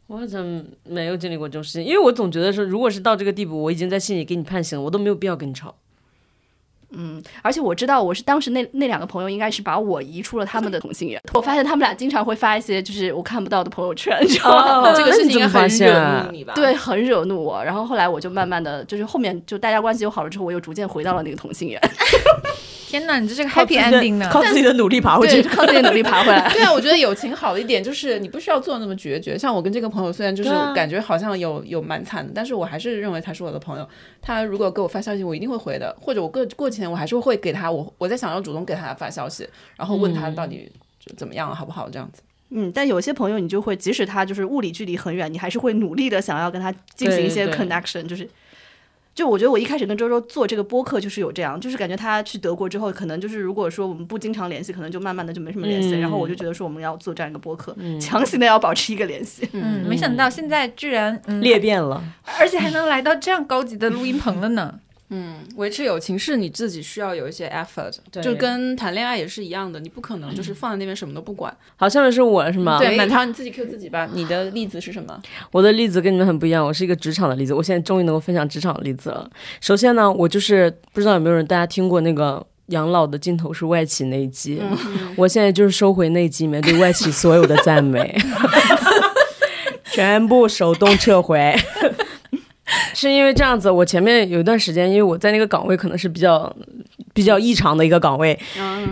Speaker 6: 我好像没有经历过这种事情，因为我总觉得说，如果是到这个地步，我已经在心里给你判刑了，我都没有必要跟你吵。
Speaker 5: 而且我知道，我是当时那那两个朋友应该是把我移出了他们的同性缘。我发现他们俩经常会发一些就是我看不到的朋友圈，你知道吗？
Speaker 6: 哦
Speaker 2: 这个事情应该很惹怒
Speaker 6: 你
Speaker 2: 你吧？
Speaker 5: 对，，很惹怒我。然后后来我就慢慢的就是后面就大家关系又好了之后，我又逐渐回到了那个同性缘。
Speaker 4: 天哪，你这是个
Speaker 6: 靠
Speaker 4: happy
Speaker 6: 自己的
Speaker 4: ending 呢？
Speaker 6: 靠自己的努力爬回
Speaker 5: 对，
Speaker 6: 去。
Speaker 5: 靠自己努力爬回来。
Speaker 2: 对啊，我觉得友情好的一点就是你不需要做那么决绝。像我跟这个朋友，虽然就是
Speaker 6: 对啊
Speaker 2: 感觉好像有有蛮惨的，但是我还是认为他是我的朋友。他如果给我发消息，我一定会回的，或者我过过几天我还是会给他，我我在想要主动给他发消息，然后问他到底就怎么样了，好不好这样子。
Speaker 5: (laughs) 嗯，但有些朋友你就会，即使他就是物理距离很远，你还是会努力的想要跟他进行一些
Speaker 2: 对对
Speaker 5: connection，就是。就我觉得我一开始跟周周做这个播客就是有这样，就是感觉他去德国之后，可能就是如果说我们不经常联系，可能就慢慢的就没什么联系。
Speaker 6: 嗯
Speaker 5: 然后我就觉得说我们要做这样一个播客，强行的要保持一个联系。
Speaker 4: 嗯，没想到现在居然嗯，
Speaker 6: 裂变了，
Speaker 4: 而且还能来到这样高级的录音棚了呢。
Speaker 2: 维持友情是你自己需要有一些 effort，
Speaker 6: 对
Speaker 2: 就跟谈恋爱也是一样的，你不可能就是放在那边什么都不管。
Speaker 6: 好，下面是我是吗？
Speaker 2: 对，嗯满堂你自己 Q 自己吧，你的例子是什么？
Speaker 6: 我的例子跟你们很不一样，我是一个职场的例子。我现在终于能够分享职场的例子了。首先呢，我就是不知道有没有人大家听过那个养老的尽头是外企那一集，我现在就是收回那一集里面对外企所有的赞美，全部手动撤回。 (laughs) 是因为这样子，我前面有一段时间，因为我在那个岗位可能是比较比较异常的一个岗位，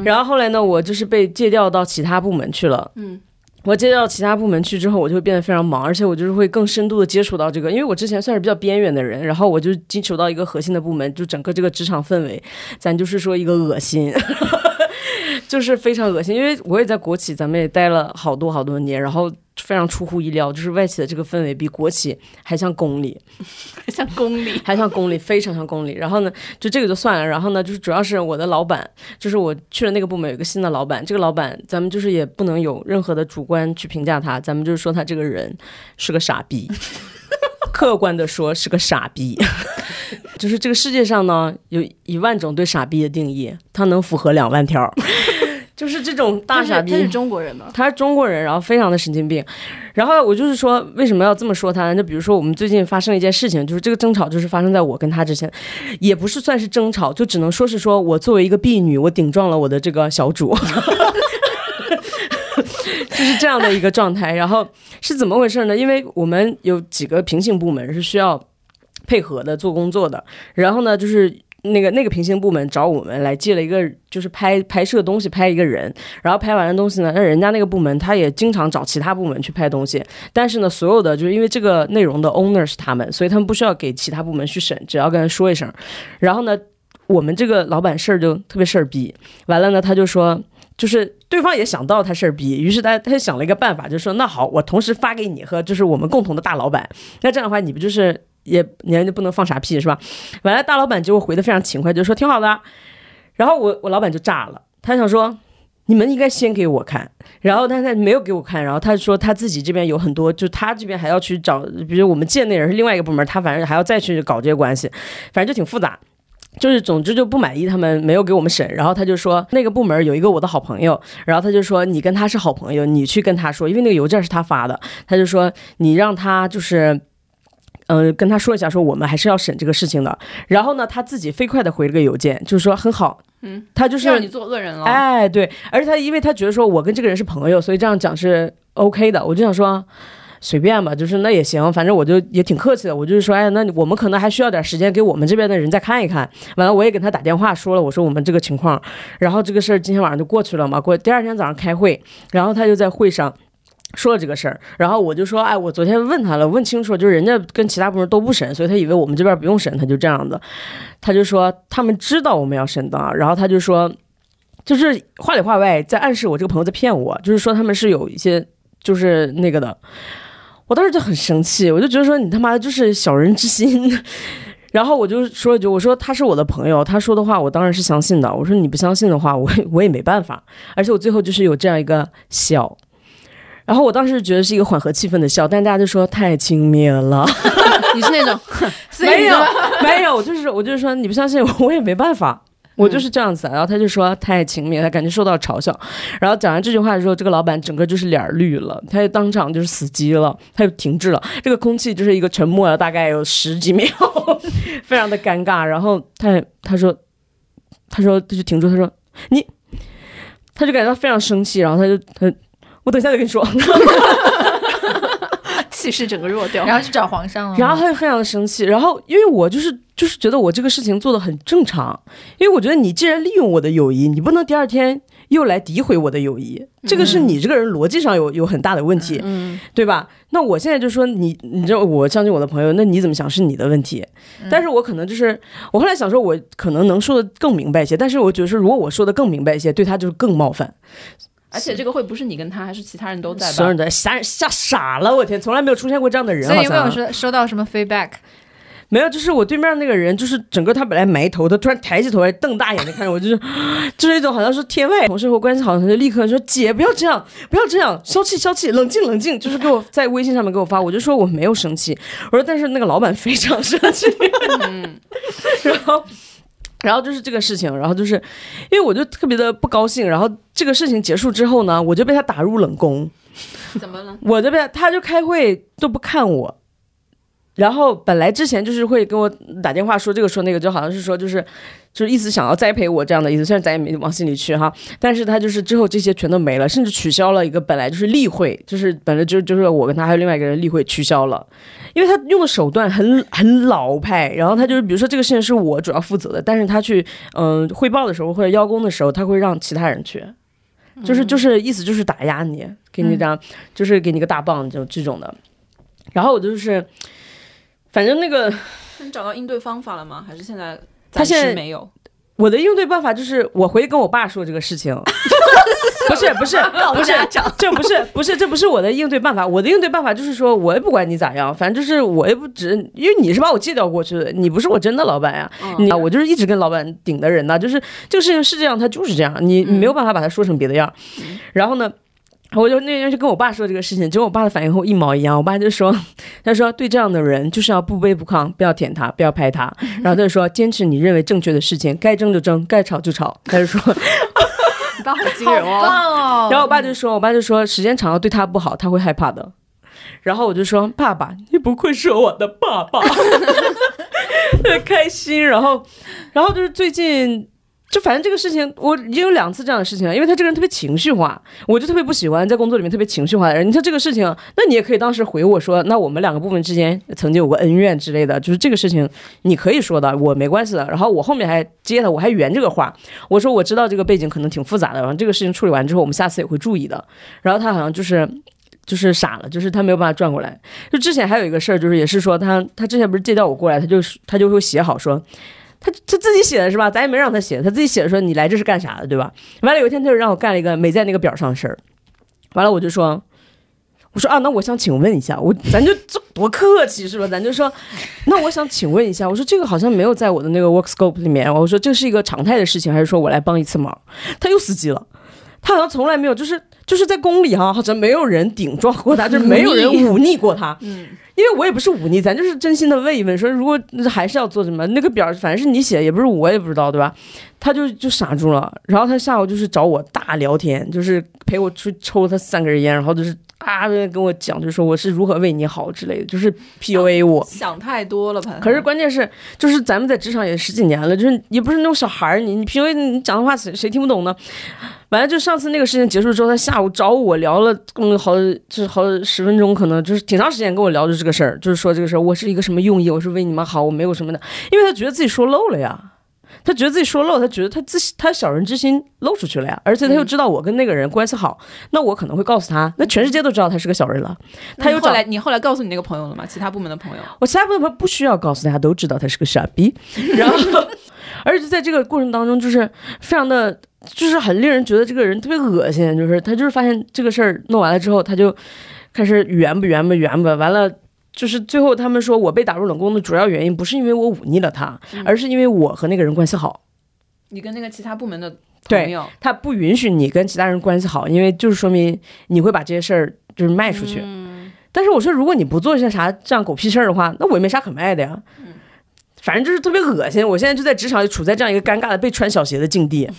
Speaker 6: 然后后来呢，我就是被借调到其他部门去了。我接到其他部门去之后，我就会变得非常忙，而且我就是会更深度的接触到这个，因为我之前算是比较边缘的人，然后我就接触到一个核心的部门，就整个这个职场氛围，咱就是说一个恶心， (laughs) 就是非常恶心，因为我也在国企，咱们也待了好多好多年，然后非常出乎意料，就是外企的这个氛围比国企还像宫里，
Speaker 5: 像公里，
Speaker 6: 还像公里，非常像公里。然后呢，就这个就算了。然后呢，就是主要是我的老板，就是我去了那个部门有一个新的老板，这个老板咱们就是也不能有任何的主观去评价他，咱们就是说他这个人是个傻
Speaker 5: (laughs)
Speaker 6: 逼，客观的说是个傻逼。 (laughs) 就是这个世界上呢，有一万种对傻逼的定义，他能符合两万
Speaker 5: (laughs)
Speaker 6: 条儿，就是这种大
Speaker 5: 他是
Speaker 6: 傻逼。
Speaker 5: 他是中国人吗？
Speaker 6: 他是中国人，然后非常的神经病。然后我就是说，为什么要这么说他呢？就比如说我们最近发生一件事情，就是这个争吵就是发生在我跟他之前，也不是算是争吵，就只能说是说我作为一个婢女，我顶撞了我的这个小主。 (laughs) 就是这样的一个状态，然后是怎么回事呢？因为我们有几个平行部门是需要配合的做工作的，然后呢，就是那个那个平行部门找我们来借了一个，就是拍拍摄东西，拍一个人，然后拍完了东西呢，那人家那个部门他也经常找其他部门去拍东西，但是呢，所有的就是因为这个内容的 owner 是他们，所以他们不需要给其他部门去审，只要跟他说一声。然后呢，我们这个老板事儿就特别事儿逼，完了呢，他就说。就是对方也想到他事儿逼，于是他他就想了一个办法，就说那好，我同时发给你和就是我们共同的大老板，那这样的话你不就是也你就不能放傻屁是吧？完了大老板结果回的非常勤快，就说挺好的啊，然后我我老板就炸了，他想说你们应该先给我看，然后但他没有给我看，然后他说他自己这边有很多，就他这边还要去找，比如我们界内人是另外一个部门，他反正还要再去搞这些关系，反正就挺复杂。就是总之就不满意他们没有给我们审，然后他就说那个部门有一个我的好朋友，然后他就说你跟他是好朋友，你去跟他说，因为那个邮件是他发的，他就说你让他就是。呃，跟他说一下，说我们还是要审这个事情的。然后呢，他自己飞快的回了个邮件，就是说很好，嗯，他就是
Speaker 2: 让你做恶人了。
Speaker 6: 哎，对，而且他因为他觉得说我跟这个人是朋友，所以这样讲是 OK 的。我就想说。随便吧，就是那也行，反正我就也挺客气的，我就是说，哎，那我们可能还需要点时间给我们这边的人再看一看。完了，我也给他打电话说了，我说我们这个情况，然后这个事儿今天晚上就过去了嘛。过第二天早上开会，然后他就在会上说了这个事儿，然后我就说，哎，我昨天问他了，问清楚，就是人家跟其他部门都不审，所以他以为我们这边不用审，他就这样子，他就说他们知道我们要审的啊，然后他就说，就是话里话外在暗示我这个朋友在骗我，就是说他们是有一些就是那个的，我当时就很生气，我就觉得说你他妈就是小人之心。 (laughs) 然后我就说一句，我说他是我的朋友，他说的话我当然是相信的。我说你不相信的话，我也我也没办法。而且我最后就是有这样一个笑，然后我当时觉得是一个缓和气氛的笑，但大家就说太轻蔑了。
Speaker 2: 你是那 (laughs) 种
Speaker 6: 没
Speaker 2: (laughs)
Speaker 6: 有 (laughs) 没有，我就是我就是说你不相信我， (laughs) 我也没办法。我就是这样子的，啊然后他就说太轻蔑，他感觉受到嘲笑。然后讲完这句话的时候，这个老板整个就是脸儿绿了，他就当场就是死机了，他就停滞了。这个空气就是一个沉默了，大概有十几秒， (laughs) 非常的尴尬。然后他也他说他说他就停住，他说你，他 (laughs) 就感觉到非常生气，然后他就他我等一下再跟你说，
Speaker 5: 气势整个弱掉。
Speaker 4: 然后去找皇上了，
Speaker 6: 然后他就非常的生气，然后因为我就是就是觉得我这个事情做的很正常，因为我觉得你既然利用我的友谊，你不能第二天又来诋毁我的友谊，这个是你这个人逻辑上有有很大的问题，
Speaker 5: 嗯，
Speaker 6: 对吧？那我现在就说你，你知道我相信我的朋友，那你怎么想是你的问题，但是我可能就是我后来想说，我可能能说的更明白一些，但是我觉得说如果我说的更明白一些，对他就是更冒犯，
Speaker 2: 而且这个会不是你跟他，还是其他人都在
Speaker 6: 所有
Speaker 2: 吧
Speaker 6: 人？都吓吓傻了，我天，从来没有出现过这样的人，
Speaker 4: 所以有没
Speaker 6: 好
Speaker 4: 有
Speaker 6: 像
Speaker 4: 收收到什么 feedback？
Speaker 6: 没有，就是我对面那个人，就是整个他本来埋头，他突然抬起头来，瞪大眼睛看着我，就是 (gasps) 就是一种好像是天外同事或关系好，他就立刻说：“姐，不要这样，不要这样，消气消气，冷静冷静。”就是给我在微信上面给我发，我就说我没有生气，我说但是那个老板非常生气， (laughs) 然后。然后就是这个事情，然后就是， (laughs) 因为我就特别的不高兴。然后这个事情结束之后呢，我就被他打入冷宫。
Speaker 2: 怎么了？
Speaker 6: 我这边他就开会都不看我，然后本来之前就是会跟我打电话说这个说那个，就好像是说就是就是意思想要栽培我这样的意思，虽然咱也没往心里去哈，但是他就是之后这些全都没了，甚至取消了一个本来就是例会，就是本来就就是我跟他还有另外一个人例会取消了，因为他用的手段很很老派，然后他就是比如说这个事情是我主要负责的，但是他去嗯、汇报的时候或者邀功的时候，他会让其他人去。就是就是意思就是打压你，给你张、就是给你个大棒就这种的。然后我就是，反正那个
Speaker 2: 那你找到应对方法了吗？还是现在
Speaker 6: 他
Speaker 2: 暂
Speaker 6: 现在
Speaker 2: 时没有？
Speaker 6: 我的应对办法就是我回去跟我爸说这个事情。不是不是不是，这不是不是这不是我的应对办法。我的应对办法就是说，我也不管你咋样，反正就是我也不只，因为你是把我借调过去的，你不是我真的老板呀、
Speaker 2: 嗯
Speaker 6: 你啊我就是一直跟老板顶的人呐、就是这个事情是这样，他就是这样，你你没有办法把它说成别的样儿。然后呢？我就那天就跟我爸说这个事情，结果我爸的反应和我一毛一样。我爸就说：“ (laughs) 他说对这样的人就是要不卑不亢，不要舔他，不要拍他。”然后他就说：“坚持你认为正确的事情，该争就争，该吵就吵。”他就说，
Speaker 5: 你爸好惊人
Speaker 4: 好
Speaker 5: 哦！
Speaker 4: 棒哦！
Speaker 6: 然后我爸就说，我爸就说时间长了对他不好，他会害怕的。然后我就说，爸爸，你不愧是我的爸爸，很开心。然后，然后就是最近。就反正这个事情，我已经有两次这样的事情了，因为他这个人特别情绪化，我就特别不喜欢在工作里面特别情绪化的人。你像这个事情，那你也可以当时回我说，那我们两个部门之间曾经有过恩怨之类的，就是这个事情你可以说的，我没关系的。然后我后面还接他，我还圆这个话，我说我知道这个背景可能挺复杂的，然后这个事情处理完之后，我们下次也会注意的。然后他好像就是就是傻了，就是他没有办法转过来。就之前还有一个事儿，就是也是说他他之前不是借调我过来，他就他就会写好说。他他自己写的是吧？咱也没让他写，他自己写的说你来这是干啥的，对吧？完了有一天他就让我干了一个没在那个表上的事儿，完了我就说，我说啊，那我想请问一下，我咱就这多客气是吧？咱就说，那我想请问一下，我说这个好像没有在我的那个 work scope 里面，我说这是一个常态的事情，还是说我来帮一次忙？他又死机了，他好像从来没有，就是就是在宫里哈、好像没有人顶撞过他，就是没有人忤逆过他。嗯，因为我也不是忤逆，咱就是真心的问一问，说如果还是要做什么，那个表反正是你写，也不是我也不知道，对吧？他就就傻住了，然后他下午就是找我大聊天，就是陪我出去抽他三根烟，然后就是啊跟我讲，就说我是如何为你好之类的，就是 PUA 我。
Speaker 2: 想太多了吧？嗯
Speaker 6: 可是关键是，就是咱们在职场也十几年了，就是也不是那种小孩儿，你你平时你讲的话谁谁听不懂呢？完了，就上次那个事情结束之后，他下午找我聊了，嗯，好，就是好十分钟，可能就是挺长时间跟我聊的这个事儿，就是说这个事儿，我是一个什么用意，我是为你们好，我没有什么的，因为他觉得自己说漏了呀。他觉得自己说漏，他觉得他自他小人之心露出去了呀，而且他
Speaker 2: 嗯
Speaker 6: 又知道我跟那个人关系好，那我可能会告诉他，那全世界都知道他是个小人了。
Speaker 2: 那
Speaker 6: 他
Speaker 2: 你
Speaker 6: 又
Speaker 2: 后
Speaker 6: 找
Speaker 2: 来你后来告诉你那个朋友了吗？其他部门的朋友？
Speaker 6: 我其他部分不需要告诉大家都知道他是个傻逼，然后， (laughs) 而且在这个过程当中，就是非常的，就是很令人觉得这个人特别恶心，就是他就是发现这个事儿弄完了之后，他就开始圆吧圆吧圆吧，完了。就是最后他们说我被打入冷宫的主要原因不是因为我忤逆了他，而是因为我和那个人关系好，
Speaker 2: 你跟那个其他部门的
Speaker 6: 对
Speaker 2: 朋友，
Speaker 6: 他不允许你跟其他人关系好，因为就是说明你会把这些事儿就是卖出去。
Speaker 2: 嗯
Speaker 6: 但是我说，如果你不做一些啥这样狗屁事儿的话，那我也没啥可卖的呀。
Speaker 2: 嗯
Speaker 6: 反正就是特别恶心，我现在就在职场里处在这样一个尴尬的被穿小鞋的境地。
Speaker 2: 啊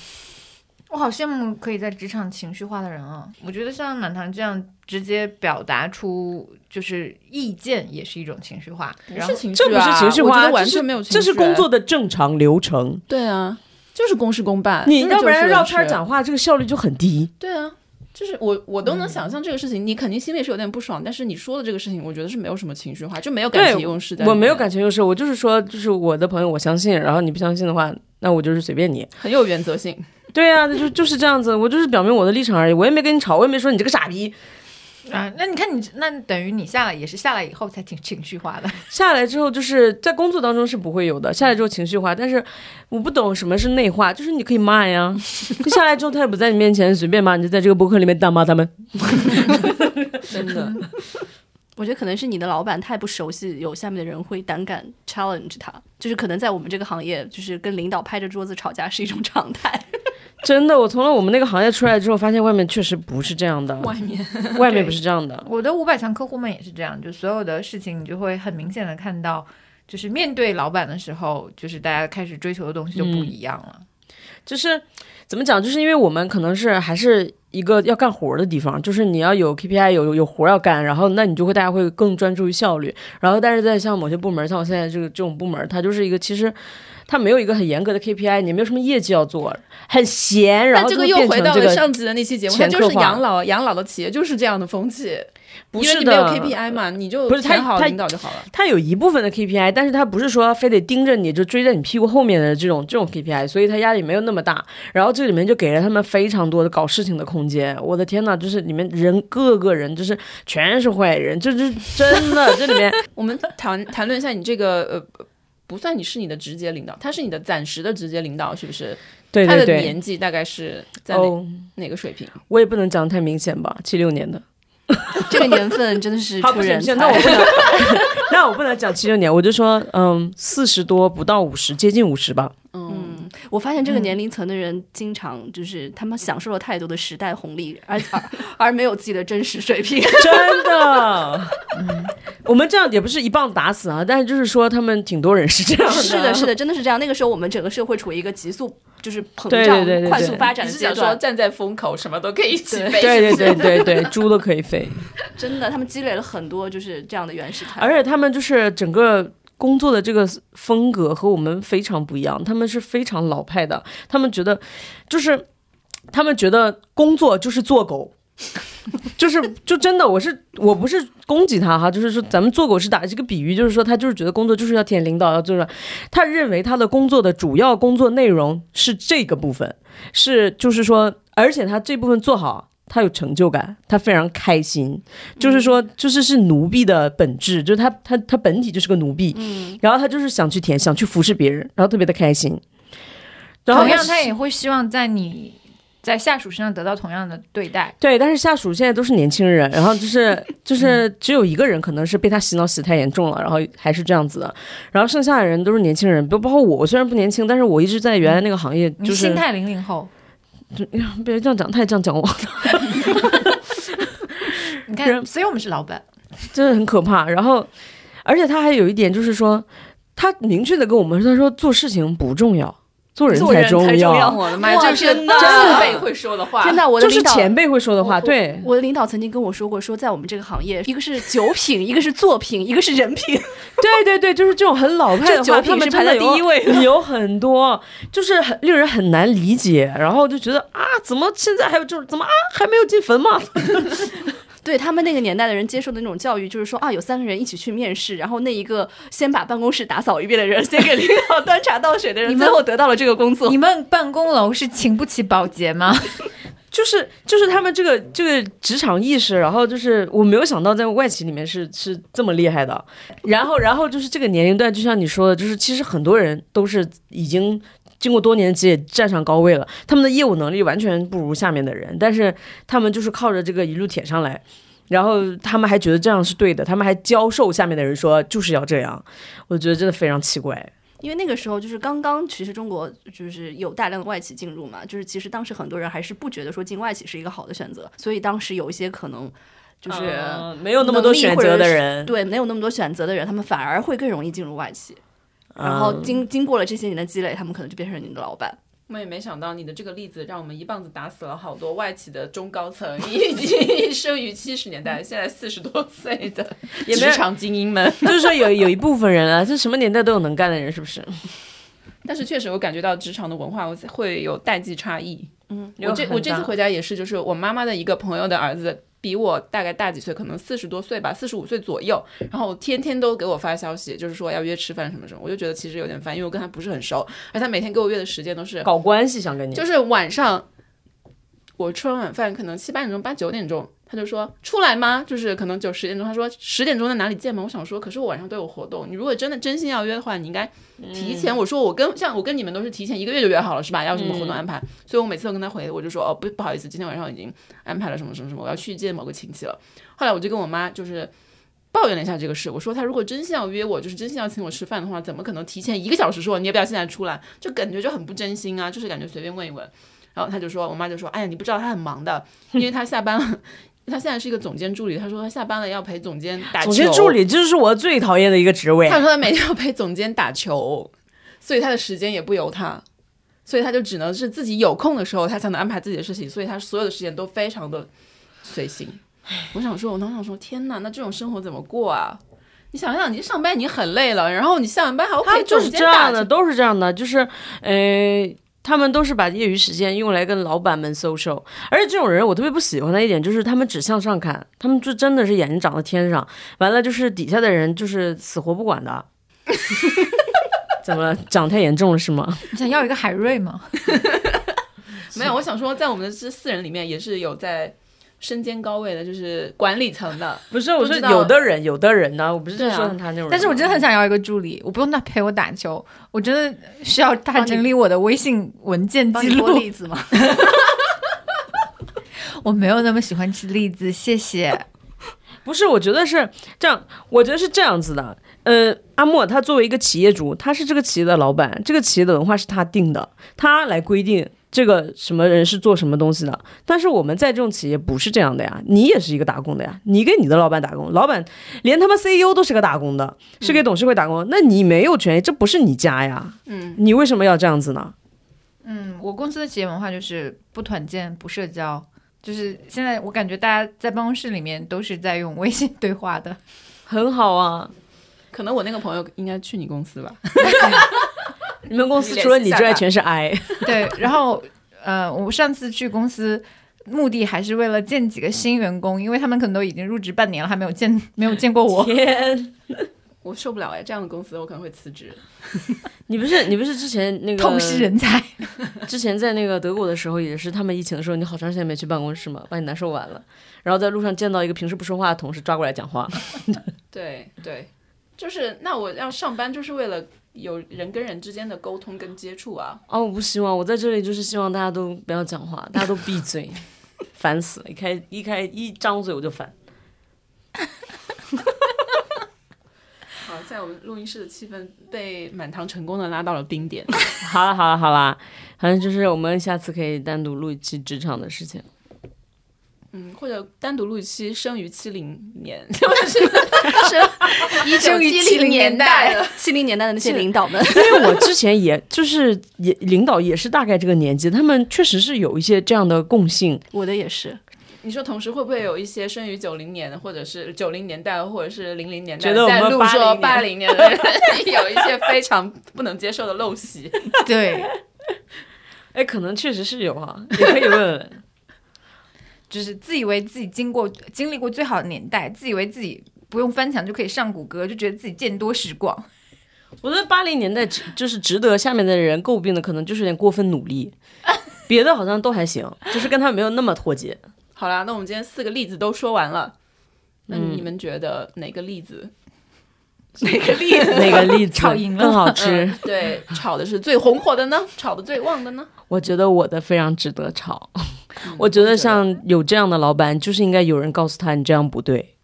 Speaker 4: 我好羡慕可以在职场情绪化的人啊！我觉得像满堂这样直接表达出就是意见，也是一种情绪化。
Speaker 2: 不
Speaker 4: 然后
Speaker 2: 是情绪、啊，
Speaker 6: 这不是情绪化
Speaker 2: 我觉得完
Speaker 6: 这是
Speaker 2: 全没有情绪、啊
Speaker 6: 这是工作，的正常流程，
Speaker 2: 对啊，就是公事公办。
Speaker 6: 你
Speaker 2: 就是
Speaker 6: 要不然
Speaker 2: 就事
Speaker 6: 绕
Speaker 2: 论
Speaker 6: 圈儿
Speaker 2: 事
Speaker 6: 讲话，这个效率就很低。
Speaker 2: 对啊，就是我我都能想象这个事情，你肯定心里是有点不爽，但是你说的这个事情，我觉得是没有什么情绪化，就没有感
Speaker 6: 对
Speaker 2: 情用事在里面，
Speaker 6: 我没有感情用事，我就是说，就是我的朋友我相信，然后你不相信的话，那我就是随便你。
Speaker 2: 很有原则性。
Speaker 6: 对啊，就就是这样子，我就是表明我的立场而已，我也没跟你吵，我也没说你这个傻逼。
Speaker 4: 啊，那你看你那等于你下来也是下来以后才挺情绪化的，
Speaker 6: 下来之后，就是在工作当中是不会有的，下来之后情绪化，但是我不懂什么是内化，就是你可以骂呀，就下来之后他也不在你面前随便骂，你就在这个博客里面大骂他们，真的。
Speaker 5: 我觉得可能是你的老板太不熟悉，有下面的人会胆敢 challenge 他，就是可能在我们这个行业，就是跟领导拍着桌子吵架是一种 (laughs) 常态。
Speaker 6: 真的，我从了我们那个行业出来之后，发现外面确实不是这样的，
Speaker 2: 外面
Speaker 6: 外面不是这样的。
Speaker 4: 我的五百强客户们也是这样，就所有的事情你就会很明显的看到，就是面对老板的时候，就是大家开始追求的东西就
Speaker 6: 嗯
Speaker 4: 不一样了。
Speaker 6: 就是怎么讲，就是因为我们可能是还是一个要干活儿的地方，就是你要有 KPI，有有有活儿要干，然后那你就会大家会更专注于效率。然后，但是在像某些部门，像我现在这个这种部门，它就是一个其实。它没有一个很严格的 KPI，你没有什么业绩要做，很闲，然
Speaker 2: 但
Speaker 6: 后
Speaker 2: 这
Speaker 6: 就
Speaker 2: 又
Speaker 6: 变
Speaker 2: 回
Speaker 6: 成
Speaker 2: 到
Speaker 6: 这
Speaker 2: 了
Speaker 6: 个
Speaker 2: 上集的那期节目，它
Speaker 6: 前
Speaker 2: 就
Speaker 6: 刻
Speaker 2: 是
Speaker 6: 画
Speaker 2: 养老养老的企业就是这样的风气，
Speaker 6: 不
Speaker 2: 因为
Speaker 6: 是
Speaker 2: 你没有
Speaker 6: 的
Speaker 2: KPI 嘛，你就
Speaker 6: 不是他
Speaker 2: 选好
Speaker 6: 他
Speaker 2: 领导就好了。
Speaker 6: 它有一部分的 KPI，但是它不是说非得盯着你就追在你屁股后面的这种这种 KPI，所以它压力没有那么大。然后这里面就给了他们非常多的搞事情的空间。我的天呐，就是里面人各个人就是全是坏人，这这真的这里
Speaker 2: (laughs)
Speaker 6: 面
Speaker 2: 我们谈谈论一下你这个呃。不算你是你的直接领导，他是你的暂时的直接领导，是不是？
Speaker 6: 对
Speaker 2: 他
Speaker 6: 对
Speaker 2: 的
Speaker 6: 对
Speaker 2: 年纪大概是在哪、
Speaker 6: 哦，
Speaker 2: 哪个水平？
Speaker 6: 我也不能讲得太明显吧，七六年的。
Speaker 5: 这个年份真的是
Speaker 6: 好，
Speaker 5: 出
Speaker 6: 不行
Speaker 5: 人才
Speaker 6: 不行，。那我不能， (laughs) 那我不能讲七六年，我就说嗯，四十多不到五十，接近五十吧。
Speaker 5: 嗯，我发现这个年龄层的人，经常就是他们享受了太多的时代红利，而而而没有自己的真实水平。
Speaker 6: 真的。嗯我们这样也不是一棒打死啊，但是就是说他们挺多人是这样的。
Speaker 5: 是的，是的，真的是这样。那个时候，我们整个社会处于一个急速就是膨
Speaker 6: 对对
Speaker 5: 胀、
Speaker 6: 对对
Speaker 5: 快
Speaker 6: 对
Speaker 5: 速发展
Speaker 2: 你
Speaker 5: 的
Speaker 2: 是
Speaker 5: 阶
Speaker 2: 想说
Speaker 5: 段。
Speaker 2: 站在风口，什么都可以一起飞？
Speaker 6: 对
Speaker 2: 是
Speaker 6: 对
Speaker 2: 不是
Speaker 6: 对对对，猪都可以飞，
Speaker 5: 真的，他们积累了很多就是这样的原始态。
Speaker 6: 而且他们就是整个工作的这个风格和我们非常不一样，他们是非常老派的，他们觉得就是他们觉得工作就是做狗。 (laughs) 就是就真的，我是我不是攻击他哈，就是说咱们做狗是打这个比喻，就是说他就是觉得工作就是要舔领导，要就是他认为他的工作的主要工作内容是这个部分，是就是说，而且他这部分做好，他有成就感，他非常开心，就是说
Speaker 4: 嗯
Speaker 6: 就是是奴婢的本质，就是他他他本体就是个奴婢，
Speaker 4: 嗯
Speaker 6: 然后他就是想去舔，想去服侍别人，然后特别的开心，然后
Speaker 4: 同样，他也会希望在你在下属身上得到同样的对待。
Speaker 6: 对，但是下属现在都是年轻人，然后就是就是只有一个人可能是被他洗脑洗得太严重了，然后还是这样子的，然后剩下的人都是年轻人，包包括我，我虽然不年轻，但是我一直在原来那个行业，
Speaker 4: 你
Speaker 6: 就是
Speaker 4: 心态零零后，
Speaker 6: 别这样讲，太这样讲我， (laughs)
Speaker 4: 你
Speaker 6: 人
Speaker 4: 看，所以我们是老板。
Speaker 6: 真的很可怕。然后，而且他还有一点就是说，他明确的跟我们说，他说做事情不重要，做人
Speaker 5: 做人才
Speaker 6: 重
Speaker 5: 重要
Speaker 2: 我的妈呀，
Speaker 5: 哇
Speaker 2: 这是
Speaker 5: 真的
Speaker 2: 长辈会说的话。
Speaker 5: 天哪，我的
Speaker 6: 就是
Speaker 5: 领导
Speaker 6: 前辈会说的话，对。
Speaker 5: 我的领导曾经跟我说过，说在我们这个行业，一个是酒品，一个是作品，一个是人品。
Speaker 6: 对对对，就是这种很老派的
Speaker 5: 这
Speaker 6: 话，
Speaker 5: 酒
Speaker 6: 他
Speaker 5: 品
Speaker 6: 们
Speaker 5: 是排在第一
Speaker 6: 位的有很多，就是很令人很难理解，然后就觉得啊，怎么现在还有这种，怎么啊还没有进坟吗？
Speaker 5: 对他们那个年代的人接受的那种教育，就是说啊，有三个人一起去面试，然后那一个先把办公室打扫一遍的人，先给领导端茶倒水的 (laughs) 人，
Speaker 4: 你
Speaker 5: 最
Speaker 4: 们
Speaker 5: 后得到了这个工
Speaker 6: 哦
Speaker 5: 作
Speaker 4: 你。们办公楼是请不起保洁吗？ (laughs)
Speaker 6: 就是就是他们这个这个职场意识，然后就是我没有想到在外企里面是是这么厉害的。然后然后就是这个年龄段，就像你说的，就是其实很多人都是已经经过多年的积累站上高位了，他们的业务能力完全不如下面的人，但是他们就是靠着这个一路舔上来。然后他们还觉得这样是对的，他们还教授下面的人说就是要这样，我觉得真的非常奇怪。
Speaker 5: 因为那个时候就是刚刚，其实中国就是有大量的外企进入嘛，就是其实当时很多人还是不觉得说进外企是一个好的选择，所以当时有一些可能就是。
Speaker 4: 哦
Speaker 6: 呃没有那么多选择的人，
Speaker 5: 对，没有那么多选择的人，他们反而会更容易进入外企。然后
Speaker 6: 嗯
Speaker 5: 经经过了这些年的积累，他们可能就变成你的老板。
Speaker 2: 我们也没想到你的这个例子，让我们一棒子打死了好多外企的中高层， (laughs) 以及生于七十年代、现在四十多岁的
Speaker 6: 也没
Speaker 2: 职
Speaker 6: 有
Speaker 2: 场精英们。
Speaker 6: (laughs) 就是说有有一部分人啊，这什么年代都有能干的人，是不是？
Speaker 2: 但是确实，我感觉到职场的文化会有代际差异。嗯，
Speaker 4: 有
Speaker 2: 我这
Speaker 4: 很
Speaker 2: 我这次
Speaker 4: 大
Speaker 2: 回家也是，就是我妈妈的一个朋友的儿子，比我大概大几岁，可能四十多岁吧，四十五岁左右。然后天天都给我发消息，就是说要约吃饭什么什么，我就觉得其实有点烦，因为我跟他不是很熟，而他每天给我约的时间都是，
Speaker 6: 搞关系想跟你，
Speaker 2: 就是晚上我吃完晚饭可能七八点钟八九点钟。他就说出来吗？就是可能九十点钟，他说十点钟在哪里见吗？我想说，可是我晚上都有活动，你如果真的真心要约的话，你应该提前，我说我跟像我跟你们都是提前一个月就约好了是吧？要什么活动安排？所以我每次都跟他回，我就说哦不不好意思，今天晚上已经安排了什么什么什么，我要去见某个亲戚了。后来我就跟我妈就是抱怨了一下这个事，我说他如果真心要约我，就是真心要请我吃饭的话，怎么可能提前一个小时说你要不要现在出来？就感觉就很不真心啊，就是感觉随便问一问。然后他就说，我妈就说，哎呀，你不知道他很忙的，因为他下班了。 (laughs) 他现在是一个总监助理，他说他下班了要陪总监打球。
Speaker 6: 总监助理，这就是我最讨厌的一个职位
Speaker 2: 他。说他每天要陪总监打球， (laughs) 所以他的时间也不由他，所以他就只能是自己有空的时候，他才能安排自己的事情，所以他所有的时间都非常的随性。我想说，我当时想说，天哪，那这种生活怎么过啊？你想想，你上班已经很累了，然后你下完班还要
Speaker 6: 他
Speaker 2: 陪
Speaker 6: 就
Speaker 2: 总
Speaker 6: 是
Speaker 2: 监
Speaker 6: 这样
Speaker 2: 打
Speaker 6: 的，
Speaker 2: 球，
Speaker 6: 都是这样的，就是，呃，他们都是把业余时间用来跟老板们 social，而且这种人我特别不喜欢的一点就是他们只向上看，他们就真的是眼睛长到天上，完了就是底下的人就是死活不管 (laughs) 的。 (laughs) 怎么了？ (laughs) 长太严重了是吗？
Speaker 4: 你想要一个海瑞吗？
Speaker 2: 没有。我想说，在我们的这四人里面，也是有在身兼高位的，就是管理层的。
Speaker 6: 不是，我说
Speaker 2: 知道
Speaker 6: 有的人，有的人呢，我不是
Speaker 2: 对
Speaker 6: 在
Speaker 2: 啊
Speaker 6: 说他那种人。
Speaker 4: 但是我真的很想要一个助理，我不用他陪我打球，我真的需要他整理我的微信文件
Speaker 5: 帮
Speaker 4: 记
Speaker 5: 你剥
Speaker 4: 录。
Speaker 5: 栗子吗？
Speaker 4: 我没有那么喜欢吃栗子，谢谢。
Speaker 6: 不是，我觉得是这样，我觉得是这样子的。呃，阿莫他作为一个企业主，他是这个企业的老板，这个企业的文化是他定的，他来规定这个什么人是做什么东西的。但是我们在这种企业不是这样的呀，你也是一个打工的呀，你给你的老板打工，老板连他妈 CEO 都是个打工的，是给董事会打工，那你没有权益，这不是你家呀，
Speaker 2: 嗯，
Speaker 6: 你为什么要这样子呢？
Speaker 4: 嗯，我公司的企业文化就是不团建、不社交，就是现在我感觉大家在办公室里面都是在用微信对话的。 (laughs)
Speaker 6: 很好啊，
Speaker 2: 可能我那个朋友应该去你公司
Speaker 6: (laughs)
Speaker 2: 吧。
Speaker 6: 你们公司除了你之外全是 I，
Speaker 4: 对，然后呃，我上次去公司。目的还是为了见几个新员工，因为他们可能都已经入职半年了，还没有见没有见过我。
Speaker 6: 天，
Speaker 2: 我受不了哎，这样的公司我可能会辞职。
Speaker 6: 你不是你不是之前那个
Speaker 4: 痛失人才。 (laughs)
Speaker 6: 之前在那个德国的时候，也是他们疫情的时候，你好长时间没去办公室嘛，把你难受完了。然后在路上见到一个平时不说话的同事，抓过来讲话。
Speaker 2: 对对，就是那我要上班就是为了有人跟人之间的沟通跟接触啊。
Speaker 6: 哦，我不希望，我在这里就是希望大家都不要讲话，大家都闭嘴， (laughs) 烦死了！一开一开一张嘴我就烦。
Speaker 2: 好，现在我们录音室的气氛被满堂成功的拉到了冰点。
Speaker 6: 好了好了好了，反正就是我们下次可以单独录一期职场的事情。
Speaker 2: 嗯，或者单独录一期生于七零年，就是生一
Speaker 4: 生于70年代
Speaker 2: 的。
Speaker 5: 七零年代的那些领导们，
Speaker 6: 因为我之前也就是也领导也是大概这个年纪，他们确实是有一些这样的共性。
Speaker 5: (laughs) 我的也是，
Speaker 2: (laughs) 你说同时会不会有一些生于九零年的，或者是九零年代，或者是零零年代
Speaker 6: 觉得我
Speaker 2: 在
Speaker 6: 们
Speaker 2: 录说八
Speaker 6: 80
Speaker 2: 零年的人 (laughs) 有一些非常不能接受的陋习？
Speaker 4: 对，
Speaker 6: 哎，可能确实是有啊，也可以问问。
Speaker 4: 就是自以为自己经过经历过最好的年代，自以为自己不用翻墙就可以上谷歌，就觉得自己见多识广。
Speaker 6: 我觉得八零年代值就是值得下面的人诟病的，可能就是有点过分努 (laughs) 力，别的好像都还行，就是跟他们没有那么脱 (laughs) 节。
Speaker 2: 好啦，那我们今天四个例子都说完了，那你们觉得哪个例子？嗯哪个例子？
Speaker 6: 那个栗子
Speaker 4: 吵赢了
Speaker 6: 更好吃，
Speaker 2: 对，炒的是最红火的呢，炒的最旺的呢？
Speaker 6: 我觉得我的非常值得炒。我觉得像有这样的老板，就是应该有人告诉他你这样不对。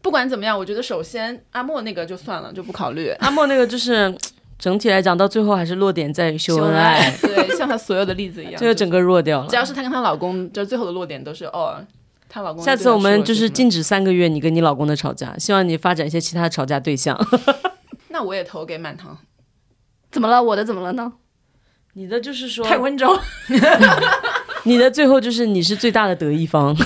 Speaker 2: 不管怎么样，我觉得首先阿莫那个就算了，就不考虑。
Speaker 6: 阿莫那个就是整体来讲，到最后还是落点在于秀恩爱，，
Speaker 2: 对，像她所有的例
Speaker 6: (laughs)
Speaker 2: 子一样，
Speaker 6: 这个整个弱掉
Speaker 2: 只要
Speaker 6: 了。
Speaker 2: 是她跟她老公，就最后的落点都是哦，她老公。
Speaker 6: 下次我们就是，禁止三个月你跟你老公的吵架，希望你发展一些其他的吵架对象。
Speaker 2: 那我也投给满堂。
Speaker 5: 怎么了？我的怎么了呢？
Speaker 6: 你的就是 (laughs) 说
Speaker 4: 太温柔，
Speaker 6: 你的最后就是你是最大的得益方。
Speaker 4: (laughs)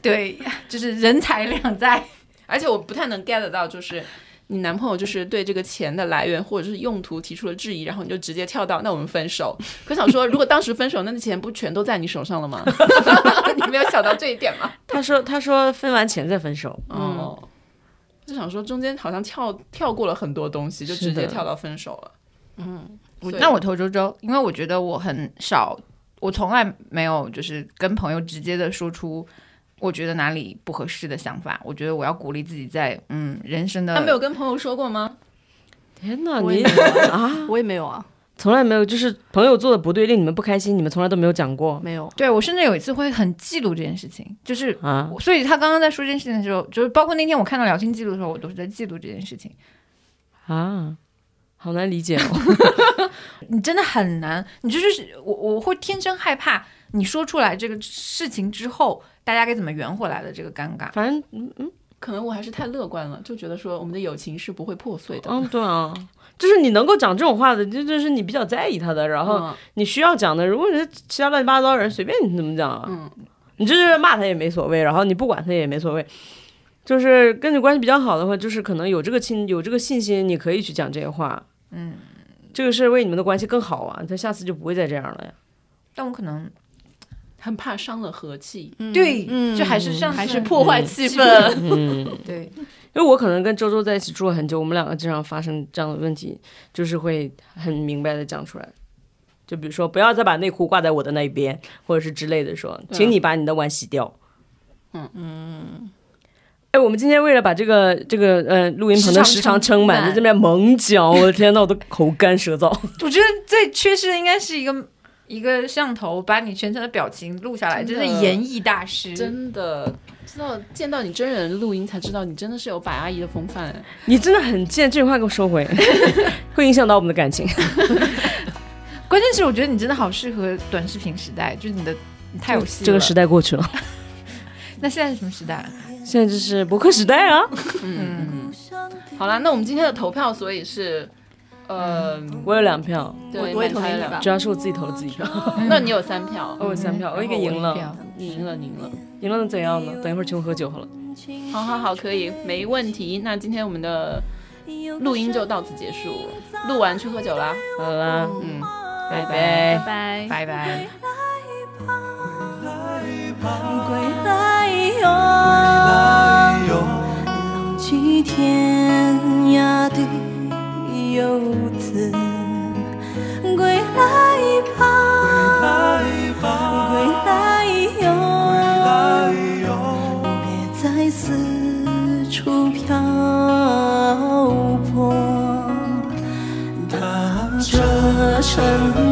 Speaker 4: 对，就是人才两在。
Speaker 2: 而且我不太能 get 到，就是你男朋友就是对这个钱的来源或者是用途提出了质疑，然后你就直接跳到那我们分
Speaker 6: (laughs)
Speaker 2: 手。可想说，如果当时分手，那钱不全都在你手上
Speaker 6: (laughs)
Speaker 2: 了吗？你没有想到这一点吗？
Speaker 6: 他说他说分完钱再分手，
Speaker 2: 哦，就想说中间好像跳跳过了很多东西，就直接跳到分手了。嗯，所以
Speaker 4: 那我投周周，因为我觉得我很少，我从来没有就是跟朋友直接的说出我觉得哪里不合适的想法。我觉得我要鼓励自己在嗯人生的
Speaker 2: 他没有跟朋友说过吗？
Speaker 6: 天哪，
Speaker 5: 我也
Speaker 6: 你
Speaker 5: 没有
Speaker 6: 啊，
Speaker 5: 我也没有啊，
Speaker 6: 从来没有就是朋友做的不对令你们不开心，你们从来都没有讲过
Speaker 5: 没有。
Speaker 4: 对我甚至有一次会很嫉妒这件事情，就是
Speaker 6: 啊。
Speaker 4: 所以他刚刚在说这件事情的时候，就是包括那天我看到聊天记录的时候，我都是在记录这件事情。
Speaker 6: 啊，好难理解哦。 (laughs)
Speaker 4: 你真的很难，你就是我，我会天生害怕你说出来这个事情之后，大家该怎么圆回来的这个尴尬。
Speaker 6: 反正嗯
Speaker 2: 可能我还是太乐观了，就觉得说我们的友情是不会破碎的。
Speaker 6: 嗯，对啊，就是你能够讲这种话的，这就是你比较在意他的，然后
Speaker 2: 嗯
Speaker 6: 你需要讲的。如果你是其他乱七八糟的人，随便你怎么讲啊，
Speaker 2: 嗯
Speaker 6: 你就是骂他也没所谓，然后你不管他也没所谓。就是跟你关系比较好的话，就是可能有这个信有这个信心，你可以去讲这些话。嗯，这个事儿为你们的关系更好啊，他下次就不会再这样了呀。
Speaker 4: 但我可能、
Speaker 2: 很怕伤了和气。
Speaker 4: 对，就还是嗯上次
Speaker 5: 还是破坏气氛，
Speaker 6: 嗯
Speaker 4: 对，
Speaker 6: 因为我可能跟周周在一起住了很久，我们两个经常发生这样的问题，就是会很明白的讲出来。就比如说，不要再把内裤挂在我的那一边，或者是之类的说，请你把你的碗洗掉。
Speaker 2: 嗯
Speaker 6: 嗯。哎，我们今天为了把这个这个呃录音棚的时
Speaker 4: 时长
Speaker 6: 长撑满，
Speaker 4: 撑满
Speaker 6: 在这边猛讲，我的天呐，我都口干舌燥。
Speaker 4: 我觉得最缺失的应该是一个一个摄像头把你全程的表情录下来，
Speaker 2: 真
Speaker 4: 真
Speaker 2: 的
Speaker 4: 是演绎大师。
Speaker 2: 真的，知道见到你真人录音才知道你真的是有百阿姨的风范。
Speaker 6: 你真的很贱，这句话给我收回，会影响到我们的感情。
Speaker 4: 关键是我觉得你真的好适合短视频时代，就是你的你太有戏了。
Speaker 6: 这个时代过去了，
Speaker 4: 那现在是什么时代？
Speaker 6: 现在就是博客时代啊！
Speaker 2: 嗯，好啦，那我们今天的投票所以是，呃，
Speaker 6: 我有两票，
Speaker 2: 对，
Speaker 5: 我也投给
Speaker 2: 满
Speaker 5: 你
Speaker 2: 猜了
Speaker 5: 吧
Speaker 6: 主。嗯要是我自己投了自己票。
Speaker 2: 那你有三票，嗯
Speaker 6: 我有三票，我一个
Speaker 4: 然后我
Speaker 6: 赢
Speaker 4: 一
Speaker 6: 了
Speaker 4: 票，
Speaker 6: 赢了，赢了，赢了能怎样呢？等一会儿请我喝酒好了。
Speaker 2: 好好好，可以，没问题。那今天我们的录音就到此结束，录完去喝酒啦。
Speaker 6: 好啦，
Speaker 2: 嗯，
Speaker 6: 拜
Speaker 2: 拜
Speaker 6: 拜。
Speaker 5: 拜
Speaker 4: 拜拜。
Speaker 3: 归来哟，浪迹天涯的游子，归来吧，归来哟，别再四处漂泊。踏着尘